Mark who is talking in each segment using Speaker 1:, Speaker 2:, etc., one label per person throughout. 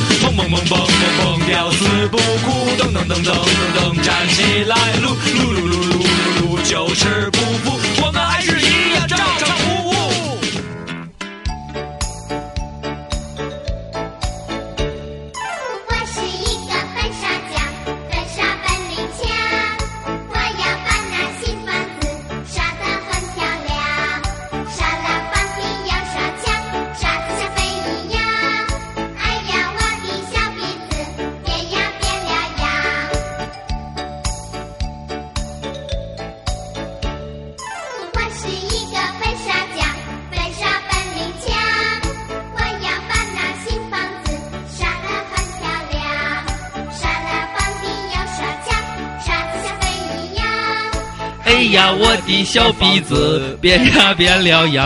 Speaker 1: 蹦蹦蹦蹦蹦，吊死不哭，噔噔噔噔噔噔，站起来，撸撸撸撸撸撸撸，就是不服，我们还是一样照常服务。
Speaker 2: 我是一个白沙家，白沙本领强。我要把那新房子沙得很漂亮，沙拉房顶要沙墙，沙子像飞一样。哎呀，我的小鼻子变呀变了样。我是一个白沙家，白沙本领强。我要把那新房子沙得很漂亮，沙拉房顶要沙墙，沙子像飞一样。
Speaker 3: 哎呀，我的小鼻子变呀变了
Speaker 4: 不是
Speaker 3: 样。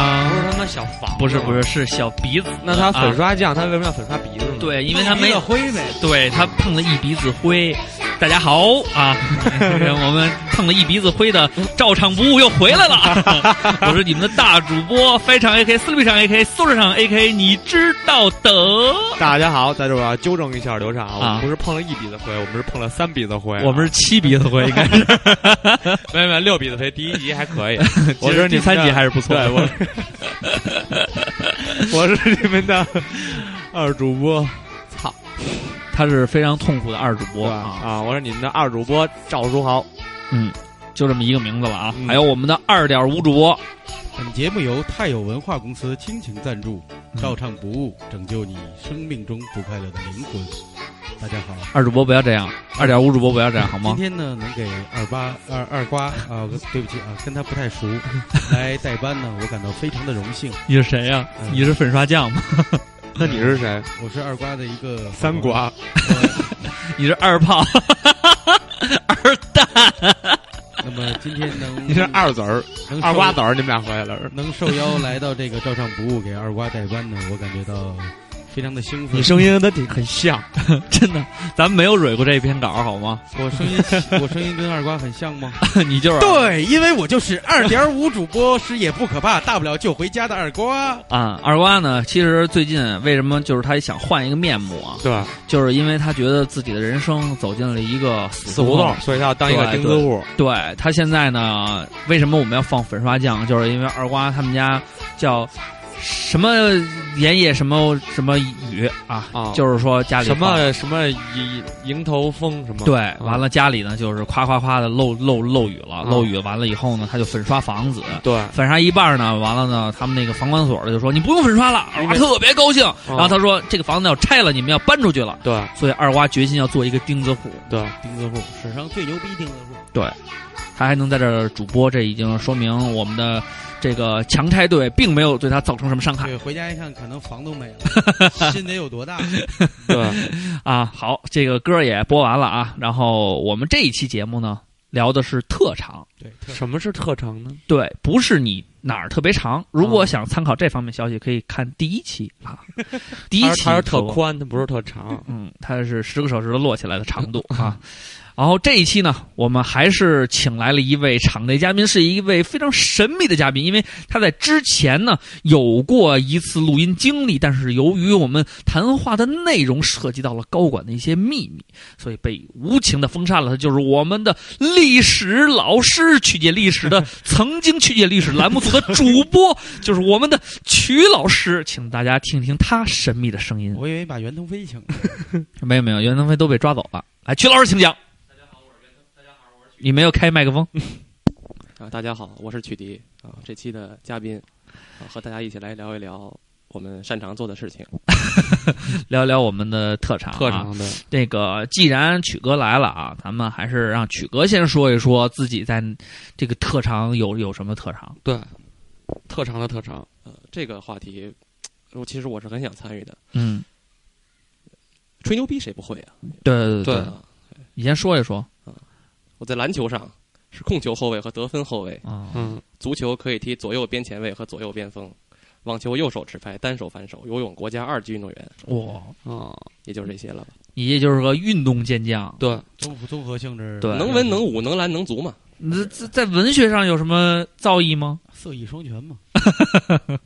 Speaker 4: 他妈小房，
Speaker 3: 不是不是，是小鼻子。
Speaker 4: 那他粉
Speaker 3: 啊、
Speaker 4: 刷匠，他为什么要粉刷鼻子呢？，
Speaker 3: 对，因为他没
Speaker 5: 一个灰呗。
Speaker 3: 对他碰了一鼻子灰。大家好啊， 我们碰了一鼻子灰的照常不误又回来了。 我是你们的大主播，非常 AK，四律上 AK，搜着上 AK，你知道 的。
Speaker 4: 大家好，在这我要纠正一下刘畅啊，我
Speaker 3: 啊
Speaker 4: 们不是碰了一鼻子灰，我们是碰了三鼻子灰啊、
Speaker 3: 是七鼻子灰，应该是。，
Speaker 4: 没有没有 六鼻子灰，第一集还可以我
Speaker 3: 其实
Speaker 4: 是
Speaker 3: 第三集还是不错 的
Speaker 4: 对，我我是你们的二主播，
Speaker 3: 他是非常痛苦的二主播
Speaker 4: 对吧
Speaker 3: 啊，
Speaker 4: 啊，我是你们的二主播赵书豪，
Speaker 3: 嗯，就这么一个名字了啊。
Speaker 4: 嗯
Speaker 3: 还有我们的二点五主播，
Speaker 5: 本节目由太有文化公司倾情赞助，
Speaker 4: 嗯
Speaker 5: 照唱不误，拯救你生命中不快乐的灵魂。大家好，
Speaker 3: 二主播不要这样，二点五主播不要这样好
Speaker 5: 今
Speaker 3: 吗？
Speaker 5: 天呢，能给二八二二瓜啊，我对不起啊，跟他不太 熟，来代班呢，我感到非常的荣幸。
Speaker 3: 你是谁呀、
Speaker 5: 嗯
Speaker 3: 你是粉刷匠吗？
Speaker 4: 那你是谁？
Speaker 5: 我是二瓜的一个
Speaker 4: 三瓜，
Speaker 5: 瓜，
Speaker 3: 你是二 炮？
Speaker 5: 那么今天 能
Speaker 4: 你是二子儿，
Speaker 5: 能
Speaker 4: 二瓜
Speaker 5: 受
Speaker 4: 子儿，你们俩回来了是？
Speaker 5: 能受邀来到这个照唱不误给二瓜代班呢，我感觉到非常的兴奋。
Speaker 4: 你声音都挺很像，
Speaker 3: 真的，咱们没有蕊过这篇稿好吗？
Speaker 5: 我声音，我 声音跟二瓜很像吗？
Speaker 3: 你就是
Speaker 5: 对，因为我就是 二点五主播，失业不可怕，大不了就回家的 二瓜。
Speaker 3: 啊，二瓜呢？其实最近为什么就是他也想换一个面目啊？
Speaker 4: 对吧？
Speaker 3: 就是因为他觉得自己的人生走进了一个死
Speaker 4: 死胡同，哦所以他要当一个钉子户。
Speaker 3: 对他现在呢，为什么我们要放粉刷匠？就是因为二瓜他们家叫什么盐野什么什么雨啊，
Speaker 4: 啊
Speaker 3: 就是说家里
Speaker 4: 什
Speaker 3: 放
Speaker 4: 么什么迎迎头风什么？
Speaker 3: 对，
Speaker 4: 啊
Speaker 3: 完了家里呢就是夸夸夸的漏漏漏雨了，漏雨完了以后呢，他就粉刷房子。
Speaker 4: 对，
Speaker 3: 粉刷一半呢，完了呢，他们那个房管所的就说你不用粉刷了，
Speaker 4: 哎
Speaker 3: 二瓜特别高
Speaker 4: 啊
Speaker 3: 兴。然后他说这个房子要拆了，你们要搬出去了，
Speaker 4: 对
Speaker 3: 所以二瓜决心要做一个钉子户。
Speaker 4: 对，
Speaker 5: 钉子户，史上最牛逼钉子户。
Speaker 3: 他还能在这儿主播，这已经说明我们的这个强拆队并没有对他造成什么伤害
Speaker 5: 对，回家一看，可能房都没 了，心得有多大？
Speaker 4: 对，
Speaker 3: 啊。好，这个歌也播完了啊，然后我们这一期节目呢，聊的是特长，
Speaker 5: 对，特
Speaker 4: 什么是特长呢？
Speaker 3: 对，不是你哪儿特别长。如果
Speaker 4: 嗯
Speaker 3: 想参考这方面消息，可以看第一期 啊，第一
Speaker 4: 他
Speaker 3: 期
Speaker 4: 是他是特
Speaker 3: 说
Speaker 4: 宽，他不是特长。
Speaker 3: 嗯，它是十个小时的摞起来的长度啊。然后这一期呢，我们还是请来了一位场内嘉宾，是一位非常神秘的嘉宾，因为他在之前呢有过一次录音经历，但是由于我们谈话的内容涉及到了高管的一些秘密，所以被无情的封杀了。他就是我们的历史老师，曲解历史的曾经曲解历史栏目组的主播，就是我们的曲老师，请大家听听他神秘的声音。
Speaker 5: 我以为把袁腾飞请了，
Speaker 3: 没有没有，袁腾飞都被抓走了。来，哎曲老师，请讲。你没有开麦克风，
Speaker 6: 啊，大家好，我是曲迪啊，这期的嘉宾、啊，和大家一起来聊一聊我们擅长做的事情。
Speaker 3: 聊聊我们的特长、啊
Speaker 4: 特。长
Speaker 7: 啊
Speaker 4: 的，
Speaker 3: 这个既然曲哥来了啊，咱们还是让曲哥先说一说自己在这个特长有有什么特长。
Speaker 4: 对，特长的特
Speaker 5: 哦
Speaker 4: 长，
Speaker 6: 呃，这个话题，我其实我是很想参与的。
Speaker 3: 嗯，
Speaker 6: 吹牛逼谁不会啊？
Speaker 3: 对对对
Speaker 4: 对
Speaker 3: 对，你先说一说
Speaker 6: 我在篮球上是控球后卫和得分后卫，
Speaker 3: 啊。
Speaker 4: 嗯，
Speaker 6: 足球可以踢左右边前卫和左右边锋，网球右手持拍，单手反手，游泳国家二级运动员，
Speaker 3: 哇，
Speaker 7: 嗯
Speaker 4: 啊，
Speaker 6: 也就是这些了吧。
Speaker 3: 你也就是个运动健将。
Speaker 4: 对，
Speaker 5: 综合综合性质，
Speaker 3: 对
Speaker 6: 能文能武能篮能足嘛？
Speaker 3: 你这这在文学上有什么造诣吗？
Speaker 5: 色艺双全嘛。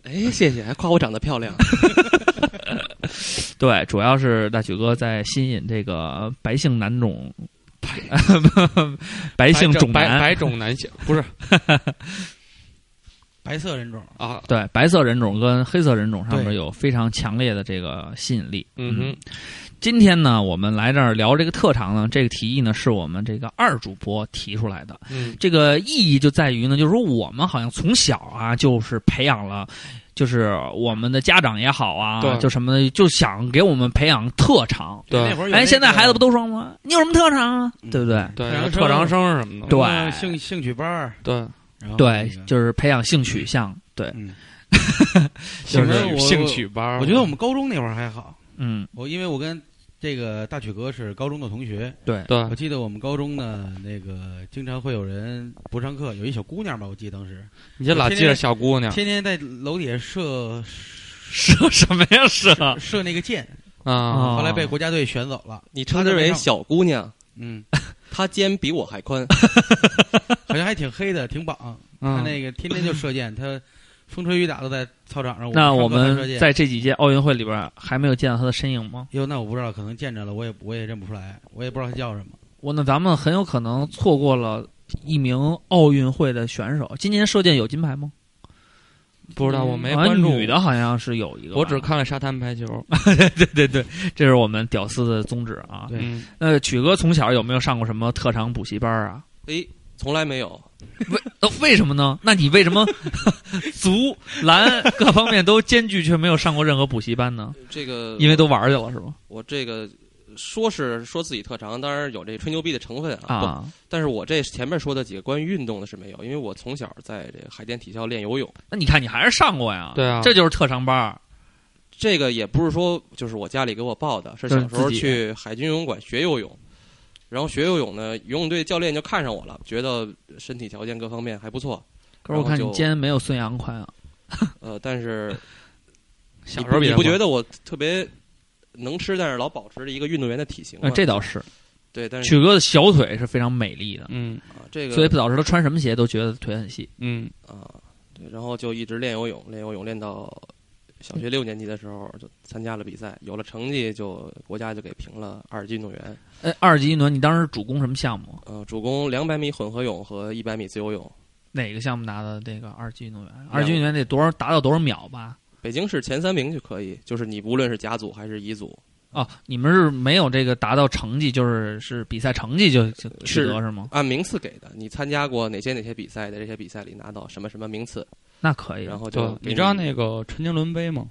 Speaker 6: 哎，谢谢，还夸我长得漂亮。
Speaker 3: 对，主要是大曲哥在吸引这个白姓男 种，白姓种
Speaker 7: 白白
Speaker 3: 男，
Speaker 7: 白种男性不是
Speaker 5: 白色人种，
Speaker 7: 啊，
Speaker 3: 对白色人种跟黑色人种上面
Speaker 5: 对
Speaker 3: 有非常强烈的这个吸引力。
Speaker 7: 嗯哼，
Speaker 3: 今天呢，我们来这儿聊这个特长呢，这个提议呢是我们这个二主播提出来的。
Speaker 7: 嗯
Speaker 3: 这个意义就在于呢，就是说我们好像从小啊，就是培养了。就是我们的家长也好啊，
Speaker 7: 对
Speaker 3: 就什么的，就想给我们培养特长。
Speaker 5: 那
Speaker 7: 对
Speaker 5: 会儿有那
Speaker 3: 哎，
Speaker 5: 个
Speaker 3: 现在孩子不都说吗？你有什么特长啊？
Speaker 5: 嗯
Speaker 3: 对不对？
Speaker 7: 对
Speaker 5: 太阳，
Speaker 7: 特长
Speaker 5: 升
Speaker 7: 生什么的，
Speaker 3: 对
Speaker 5: 什么嗯兴兴趣班儿，
Speaker 7: 对
Speaker 5: 然后
Speaker 3: 对
Speaker 5: 那，个
Speaker 3: 就是培养性取向。对，
Speaker 5: 嗯，
Speaker 7: 兴
Speaker 5: 反正
Speaker 7: 趣
Speaker 5: 我
Speaker 7: 兴趣班儿，
Speaker 5: 我觉得我们高中那会儿还好，
Speaker 3: 嗯，
Speaker 5: 我因为我跟这个大曲哥是高中的同学，
Speaker 3: 对，
Speaker 7: 对
Speaker 5: 我记得我们高中呢，那个经常会有人不上课，有一小姑娘吧，我记得当时
Speaker 7: 你这老记着小
Speaker 3: 啊
Speaker 7: 姑娘
Speaker 5: 天天在楼底下射
Speaker 3: 射什么呀？射
Speaker 5: 射那个箭，
Speaker 7: 啊，
Speaker 5: 后来被国家队选走了。
Speaker 6: 你称之为小姑娘，
Speaker 5: 嗯，
Speaker 6: 她肩比我还宽。
Speaker 5: 好像还挺黑的，挺 棒。 他
Speaker 7: 嗯，
Speaker 5: 那个天天就射箭，他风吹雨打都在操场上。
Speaker 3: 那我
Speaker 5: 我上课还射
Speaker 3: 们
Speaker 5: 箭
Speaker 3: 在这几届奥运会里边还没有见到他的身影吗？
Speaker 5: 哟，那我不知道，可能见着了，我也我也认不出来，我也不知道他叫什 么。
Speaker 3: 我那咱们很有可能错过了一名奥运会的选手。今年射箭有金牌吗？
Speaker 7: 不知道我没
Speaker 3: 好像
Speaker 7: 关注
Speaker 3: 女的，好像是有一个吧，
Speaker 7: 我只看了沙滩排球，
Speaker 3: 对对对，这是我们屌丝的宗旨啊。
Speaker 5: 对
Speaker 7: 嗯
Speaker 3: 那曲哥从小有没有上过什么特长补习班啊？
Speaker 6: 哎，从来没有，
Speaker 3: 呃，为什么呢？那你为什么 足篮各方面都兼具，却没有上过任何补习班呢？
Speaker 6: 这个
Speaker 3: 因为都玩儿去了是吧？
Speaker 6: 我这个说是说自己特长，当然有这吹牛逼的成分啊。不
Speaker 3: 啊，
Speaker 6: 但是我这前面说的几个关于运动的是没有，因为我从小在这个海淀体校练游泳，
Speaker 3: 那你看你还是上过呀？
Speaker 7: 对啊
Speaker 3: 这就是特长班儿。
Speaker 6: 这个也不是说就是我家里给我报的，是
Speaker 3: 就是
Speaker 6: 小时候
Speaker 3: 嗯自己
Speaker 6: 去海军游泳馆学游泳，然后学游泳呢，游泳队教练就看上我了，觉得身体条件各方面还不错，
Speaker 3: 可是我
Speaker 6: 然后
Speaker 3: 看你
Speaker 6: 就
Speaker 3: 肩没有孙杨宽啊。
Speaker 6: 呃，但是
Speaker 7: 小
Speaker 6: 你
Speaker 7: 时候
Speaker 6: 不
Speaker 7: 比
Speaker 6: 你不觉
Speaker 7: 得
Speaker 6: 得我特别能吃，但是老保持着一个运动员的体型吗？
Speaker 3: 呃，这倒是，
Speaker 6: 对，但是
Speaker 3: 曲哥的小腿是非常美丽的，
Speaker 7: 嗯
Speaker 6: 啊，这个
Speaker 3: 所以导致他穿什么鞋都觉得腿很细。
Speaker 7: 嗯
Speaker 6: 啊，对，然后就一直练游泳，练游泳练到小学六年级的时候就参加了比赛，有了成绩就国家就给评了二级运动员，
Speaker 3: 哎，二级运动员，你当时主攻什么项目？
Speaker 6: 呃，主攻两百米混合泳和一百米自由泳。
Speaker 3: 哪个项目拿的这个二级运动员？二级运动员得多少达到多少秒吧？
Speaker 6: 北京市前三名就可以，就是你无论是甲组还是乙组，
Speaker 3: 哦，你们是没有这个达到成绩，就是是比赛成绩就就取
Speaker 6: 是
Speaker 3: 得是吗？
Speaker 6: 按名次给的，你参加过哪些哪些比赛，在这些比赛里拿到什么什么名次，
Speaker 3: 那可以。
Speaker 6: 然后就
Speaker 7: 对，
Speaker 6: 给
Speaker 7: 你知道那个陈经纶杯吗？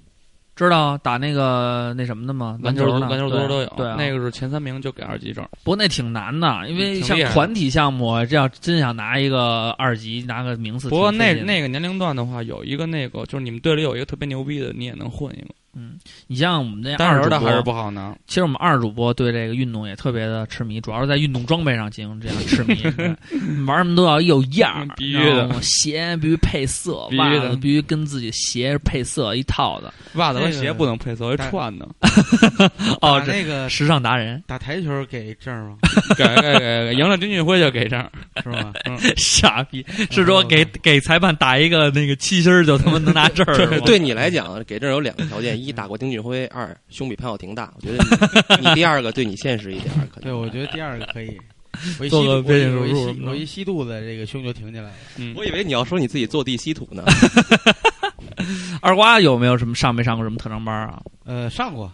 Speaker 3: 知道打那个那什么的吗？
Speaker 7: 篮
Speaker 3: 球
Speaker 7: 球、
Speaker 3: 呢
Speaker 7: 篮球、足球都有。
Speaker 3: 对啊，
Speaker 7: 那个是前三名就给二级证。
Speaker 3: 不过那挺难的，因为
Speaker 7: 挺
Speaker 3: 像
Speaker 7: 厉害的
Speaker 3: 团体项目，啊这要真想拿一个二级，拿个名次
Speaker 7: 不
Speaker 3: 挺费劲的，
Speaker 7: 过那那个年龄段的话，有一个那个就是你们队里有一个特别牛逼的，你也能混一个。
Speaker 3: 嗯，你像我们这
Speaker 7: 单
Speaker 3: 二
Speaker 7: 人
Speaker 3: 主
Speaker 7: 的还是
Speaker 3: 播，
Speaker 7: 不好拿。
Speaker 3: 其实我们二主播对这个运动也特别的痴迷，主要是在运动装备上进行这样痴 迷，对玩什么都要有样儿
Speaker 7: 嗯， 必须的
Speaker 3: 你知道吗鞋必须配色，
Speaker 7: 必须
Speaker 3: 袜
Speaker 7: 的
Speaker 3: 子必须跟自己鞋配色一套的。
Speaker 7: 袜子和
Speaker 5: 那个
Speaker 7: 鞋不能配色，我串的。
Speaker 3: 哦，
Speaker 5: 打
Speaker 3: 这
Speaker 5: 啊那个
Speaker 3: 时尚达人
Speaker 5: 打台球给证吗？
Speaker 7: 给给给，给赢了金俊晖就给证。
Speaker 5: 是吧？
Speaker 3: 傻逼，是
Speaker 7: 嗯
Speaker 3: 说给给裁判打一个那个七星儿就他妈能拿 证儿是吗
Speaker 6: 对你来讲，给这儿有两个条件：一打过丁俊晖，二胸比潘晓婷大。我觉得 你你第二个对你现实一点儿，可
Speaker 5: 对，
Speaker 6: 能
Speaker 5: 我觉得第二个可以。我一吸
Speaker 3: 做个
Speaker 5: 肚
Speaker 3: 微信
Speaker 5: 我一
Speaker 3: 手术
Speaker 5: 我
Speaker 3: 什么
Speaker 5: 一吸
Speaker 3: 的
Speaker 5: 我一吸肚子，这个胸就挺起来了。
Speaker 7: 嗯
Speaker 6: 我以为你要说你自己坐地吸土呢。
Speaker 3: 二瓜有没有什么上没上过什么特长班啊？
Speaker 5: 呃，上过，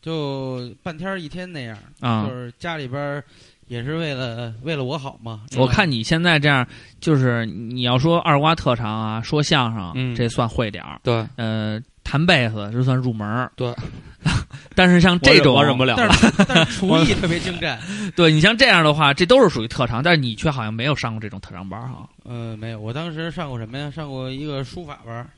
Speaker 5: 就半天儿一天那样，
Speaker 3: 啊、
Speaker 5: 就是家里边儿也是为了为了我好嘛。
Speaker 3: 我看你现在这样，就是你要说二瓜特长啊，说相声、
Speaker 7: 嗯
Speaker 3: 这算会点儿，
Speaker 7: 对，
Speaker 3: 呃，弹贝斯这算入门儿
Speaker 7: 对。
Speaker 3: 但是像这种
Speaker 7: 我忍不了。
Speaker 5: 但是但是厨艺特别精湛。
Speaker 3: 对你像这样的话，这都是属于特长，但是你却好像没有上过这种特长班儿哈。
Speaker 5: 呃，没有，我当时上过什么呀？上过一个书法班儿。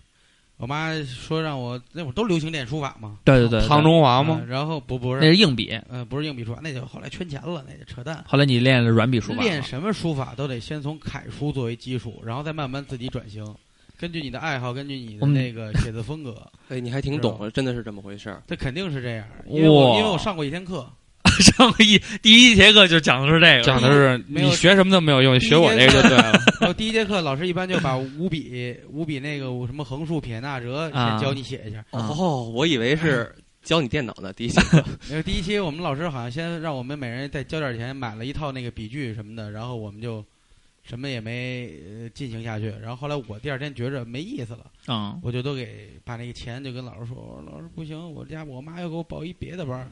Speaker 5: 我妈说让我那会儿都流行练书法嘛，
Speaker 3: 对对对对
Speaker 7: 唐中华
Speaker 5: 呃
Speaker 7: 啊吗？
Speaker 5: 然后不不
Speaker 3: 那
Speaker 5: 是，
Speaker 3: 是硬笔，
Speaker 5: 呃，不是硬笔书法，那就后来圈钱了，那就扯淡。
Speaker 3: 后来你练了软笔书法
Speaker 5: 练
Speaker 3: 了，
Speaker 5: 什么书法都得先从楷书作为基础，然后再慢慢自己转型，根据你的爱好，根据你
Speaker 3: 我
Speaker 5: 的
Speaker 3: 们
Speaker 5: 那个写字风格，
Speaker 6: 哎，你还挺懂，真的是这么回事儿。
Speaker 5: 这肯定是这样。因为我
Speaker 3: 哇
Speaker 5: 因为我上过一天课，
Speaker 3: 上过一第一节课就讲的是这
Speaker 7: 讲的是
Speaker 5: 没有
Speaker 7: 你学什么都没有用，你学我这个就对了。
Speaker 5: 然后第一节课老师一般就把五笔五笔那个什么横竖撇捺折
Speaker 3: 啊
Speaker 5: 先教你写一下，
Speaker 3: 啊
Speaker 6: 哦，我以为是教你电脑呢，第一节课
Speaker 5: 那个第一期我们老师好像先让我们每人再交点钱买了一套那个笔具什么的，然后我们就什么也没、呃、进行下去。然后后来我第二天觉着没意思了，
Speaker 3: 啊
Speaker 5: 我就都给把那个钱就跟老师说，我说老师不行，我家我妈要给我报一别的班儿，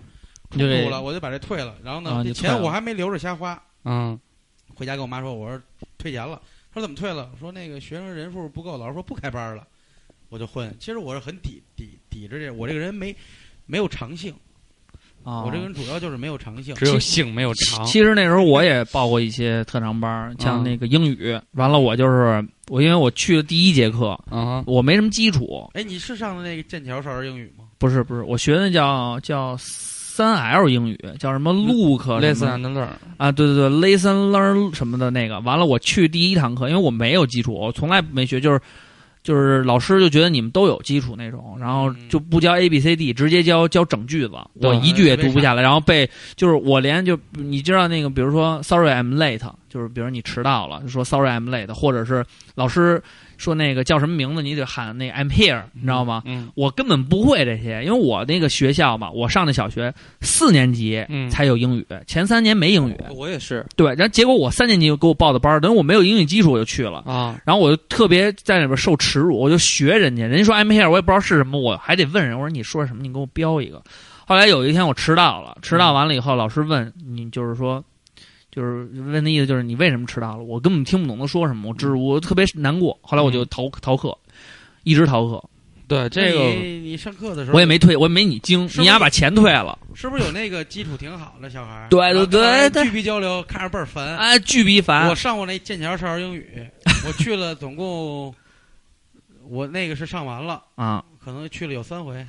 Speaker 3: 你就这
Speaker 5: 不了，我就把这退了。然后呢，
Speaker 3: 啊
Speaker 5: 这
Speaker 3: 你退了
Speaker 5: 钱我还没留着瞎花，
Speaker 7: 嗯，
Speaker 5: 回家跟我妈说，我说退钱了。她说怎么退了？我说那个学生人数不够，老师说不开班了，我就混。其实我是很抵抵抵制这，我这个人没没有长性，
Speaker 3: 啊
Speaker 5: 我这个人主要就是没有长性。
Speaker 7: 只有性没有长。
Speaker 3: 其实那时候我也报过一些特长班儿，
Speaker 5: 嗯
Speaker 3: 像那个英语，完了我就是我，因为我去的第一节课，
Speaker 7: 啊，
Speaker 3: 我没什么基础，
Speaker 5: 哎，你是上的那个剑桥少儿英语吗？
Speaker 3: 不是不是，我学的叫叫三 L 英语，叫什么
Speaker 5: 嗯
Speaker 3: look 什么
Speaker 7: 类似 and learn，
Speaker 3: 啊，对对对，listen learn 什么的那个。完了，我去第一堂课，因为我没有基础，我从来没学，就是就是老师就觉得你们都有基础那种，然后
Speaker 5: 嗯
Speaker 3: 就不教 A B C D，直接教教整句子，我
Speaker 7: 对
Speaker 3: 一句也读不下来，然后被就是我连就你知道那个，比如说 sorry I'm late，就是比如你迟到了，就说 sorry I'm late，或者是老师说那个叫什么名字，你得喊那 I'm here，你知道吗？
Speaker 7: 嗯
Speaker 3: 我根本不会这些，因为我那个学校嘛，我上的小学四年级
Speaker 7: 嗯，
Speaker 3: 才有英语，前三年没英语。
Speaker 6: 我也是，
Speaker 3: 对，然后结果我三年级就给我报的班儿，等于我没有英语基础我就去了，
Speaker 7: 啊，
Speaker 3: 然后我就特别在里边受耻辱，我就学人家，人家说 I'm here，我也不知道是什么，我还得问人，我说你说什么，你给我标一个。后来有一天我迟到了，迟到完了以后，老师问你，就是说，就是问的意思就是你为什么迟到了，我根本听不懂他说什么，我
Speaker 5: 嗯
Speaker 3: 只我特别难过。后来我就逃逃课，一直逃课，
Speaker 7: 对这个
Speaker 5: 你你上课的时候
Speaker 3: 我也没退，我也没你精，
Speaker 5: 是不是
Speaker 3: 你丫把钱退了，
Speaker 5: 是不是有那个基础挺好的小孩儿？
Speaker 3: 对
Speaker 5: 然后
Speaker 3: 对对
Speaker 5: 跟人
Speaker 3: 对
Speaker 5: 巨逼交流，看着倍儿烦。
Speaker 3: 哎，巨逼
Speaker 5: 我
Speaker 3: 烦。
Speaker 5: 上过那剑桥少儿英语，我去了总共，我那个是上完了，
Speaker 3: 啊，
Speaker 5: 可能去了有 三回。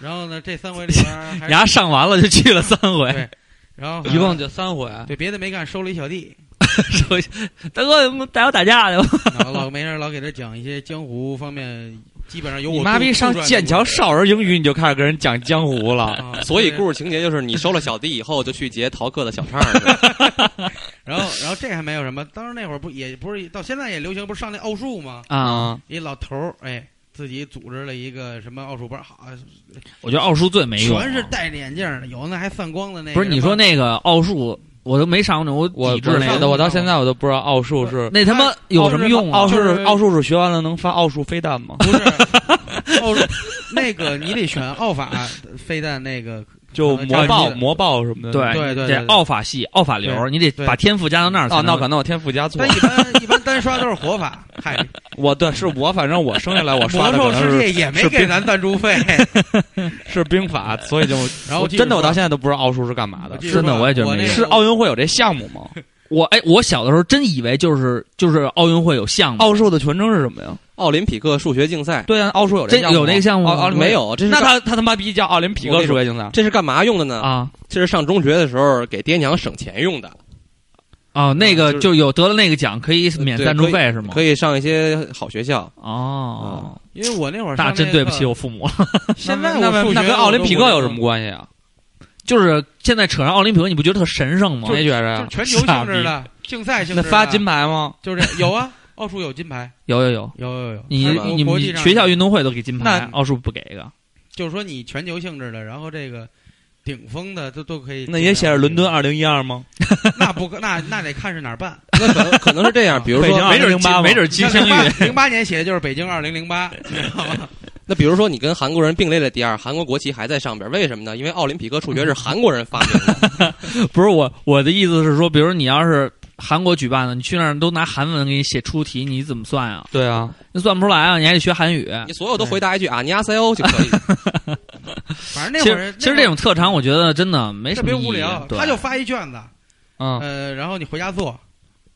Speaker 5: 然后呢，这三回里边儿还
Speaker 3: 你丫上完了就去了三回。
Speaker 5: 对然后
Speaker 7: 一共就三回，
Speaker 5: 对别的没干，收了一小弟，
Speaker 3: 说一下大哥带我打架去吧。
Speaker 5: 然后老 没事儿老给他讲一些江湖方面，基本上有我
Speaker 7: 你妈
Speaker 5: 杜
Speaker 7: 逼上
Speaker 5: 杜撰的
Speaker 7: 剑
Speaker 5: 故
Speaker 7: 桥
Speaker 5: 事
Speaker 7: 少儿英语你就开始跟人讲江湖了，
Speaker 5: 啊
Speaker 6: 所以
Speaker 5: 对
Speaker 6: 故事情节就是你收了小弟以后，就去劫逃课的小胖儿去，
Speaker 5: 然后，然后这还没有什么。当时那会儿不也不是到现在也流行，不是上那奥数吗？
Speaker 3: 啊，
Speaker 5: 一老头儿哎，自己组织了一个什么奥数班，好，
Speaker 3: 我觉得奥数最没用啊，
Speaker 5: 全是戴着眼镜儿的，有那还散光的那个。
Speaker 3: 不是你说那个奥数，我都没上过，我
Speaker 7: 我
Speaker 3: 抵制那
Speaker 5: 上
Speaker 7: 那
Speaker 3: 个
Speaker 5: 过
Speaker 7: 我到现在我都不知道奥数是
Speaker 3: 那他妈有什么用啊？
Speaker 7: 奥数
Speaker 5: 就是
Speaker 7: 是奥数是学完了能发奥数飞弹吗？
Speaker 5: 不是奥数，那个你得选奥法飞弹那个，
Speaker 7: 就
Speaker 5: 嗯
Speaker 7: 魔
Speaker 5: 奥
Speaker 7: 爆
Speaker 5: 数
Speaker 7: 魔爆什么的。啊
Speaker 3: 对
Speaker 5: 对对
Speaker 3: 这
Speaker 5: 对
Speaker 3: 奥法系、奥法流，
Speaker 5: 对
Speaker 3: 你得
Speaker 5: 对
Speaker 3: 把天赋加到那儿才
Speaker 7: 哦，那
Speaker 3: 能。
Speaker 7: 可能我天赋加错
Speaker 5: 但。一般一般单刷都是活法。嗨，
Speaker 7: 我对，是我反正我生下来我刷
Speaker 5: 魔
Speaker 7: 的可
Speaker 5: 兽
Speaker 7: 能
Speaker 5: 世
Speaker 7: 是
Speaker 5: 界也没
Speaker 7: 是
Speaker 5: 给咱赞助费。
Speaker 7: 是兵法，所 以就
Speaker 5: 然后
Speaker 7: 我
Speaker 5: 继续
Speaker 7: 真的我
Speaker 5: 说
Speaker 7: 到现在都不知道奥数是干嘛的
Speaker 5: 我。继续
Speaker 3: 真的
Speaker 5: 说
Speaker 3: 我也觉得
Speaker 5: 我
Speaker 3: 没
Speaker 5: 那
Speaker 3: 用
Speaker 5: 个
Speaker 7: 是奥运会有这项目吗？
Speaker 3: 我哎，我小的时候真以为就是就是奥运会有项目，
Speaker 7: 奥数的全称是什么呀？
Speaker 6: 奥林匹克数学竞 赛。
Speaker 7: 对啊，奥数有这
Speaker 3: 真
Speaker 7: 项目吗
Speaker 3: 有那个项目吗
Speaker 7: 奥奥林
Speaker 6: 没有，这是
Speaker 7: 那他
Speaker 6: 干
Speaker 7: 他他妈逼叫奥林匹克数学竞赛
Speaker 6: 这是干嘛用的呢？
Speaker 3: 啊
Speaker 6: 这是上中学的时候给爹娘省钱用的，
Speaker 3: 啊，那个
Speaker 6: 就是
Speaker 3: 就有得了那个奖可以免
Speaker 6: 对
Speaker 3: 赞助
Speaker 6: 可以
Speaker 3: 费是吗
Speaker 6: 可？以上一些好学校。
Speaker 3: 哦，
Speaker 5: 因为我那会儿上
Speaker 3: 那
Speaker 5: 那
Speaker 3: 真对不
Speaker 5: 课
Speaker 3: 起我父母 了。
Speaker 5: 现
Speaker 7: 那
Speaker 5: 在
Speaker 7: 那
Speaker 5: 我数学
Speaker 7: 那跟奥林匹克有什
Speaker 5: 关？
Speaker 7: 么关系啊？
Speaker 3: 就是现在扯上奥林匹克，你不觉得特神圣吗
Speaker 7: 谁？觉着
Speaker 5: 就是
Speaker 7: 呀？
Speaker 5: 全
Speaker 3: 啊
Speaker 5: 球性质的竞赛性
Speaker 7: 那
Speaker 5: 质的，
Speaker 7: 发金牌吗？
Speaker 5: 就是 这有啊，奥数有金牌，
Speaker 3: 有有有，
Speaker 5: 有有有。
Speaker 3: 你
Speaker 5: 它
Speaker 6: 是吧
Speaker 3: 你
Speaker 5: 国
Speaker 3: 们
Speaker 5: 际上
Speaker 3: 学校运动会都给金牌
Speaker 7: 那，
Speaker 3: 奥数不给一个
Speaker 5: 就是说你全球性质的，然后这个顶峰的都都可以。
Speaker 7: 那也写着伦敦，二零一二吗？
Speaker 5: 那不可那那得看是哪 儿办。
Speaker 6: 那可能可能是这样，比如
Speaker 7: 北
Speaker 6: 说
Speaker 7: 京
Speaker 3: 没准儿
Speaker 7: 2008吗
Speaker 3: 没准儿金 镶玉
Speaker 5: 零八年写的就是北京二零零 八，你知道吗？
Speaker 6: 那比如说你跟韩国人并列了第二，韩国国旗还在上边，为什么呢？因为奥林匹克数学是韩国人发明的，
Speaker 3: 不是我，我的意思是说，比如你要是韩国举办的，你去那儿都拿韩文给你写出题，你怎么算啊？
Speaker 7: 对啊，
Speaker 3: 那算不出来啊，你还得学韩语。
Speaker 6: 你所有都回答一句啊尼亚塞欧就可 以。
Speaker 5: 反正那
Speaker 3: 其
Speaker 5: 会儿
Speaker 3: 实，其实这种特长，我觉得真的没
Speaker 5: 那会儿特
Speaker 3: 什么
Speaker 5: 别
Speaker 3: 意义
Speaker 5: 无聊，
Speaker 3: 对
Speaker 5: 他就发一卷子，
Speaker 7: 嗯，
Speaker 5: 呃，然后你回家做，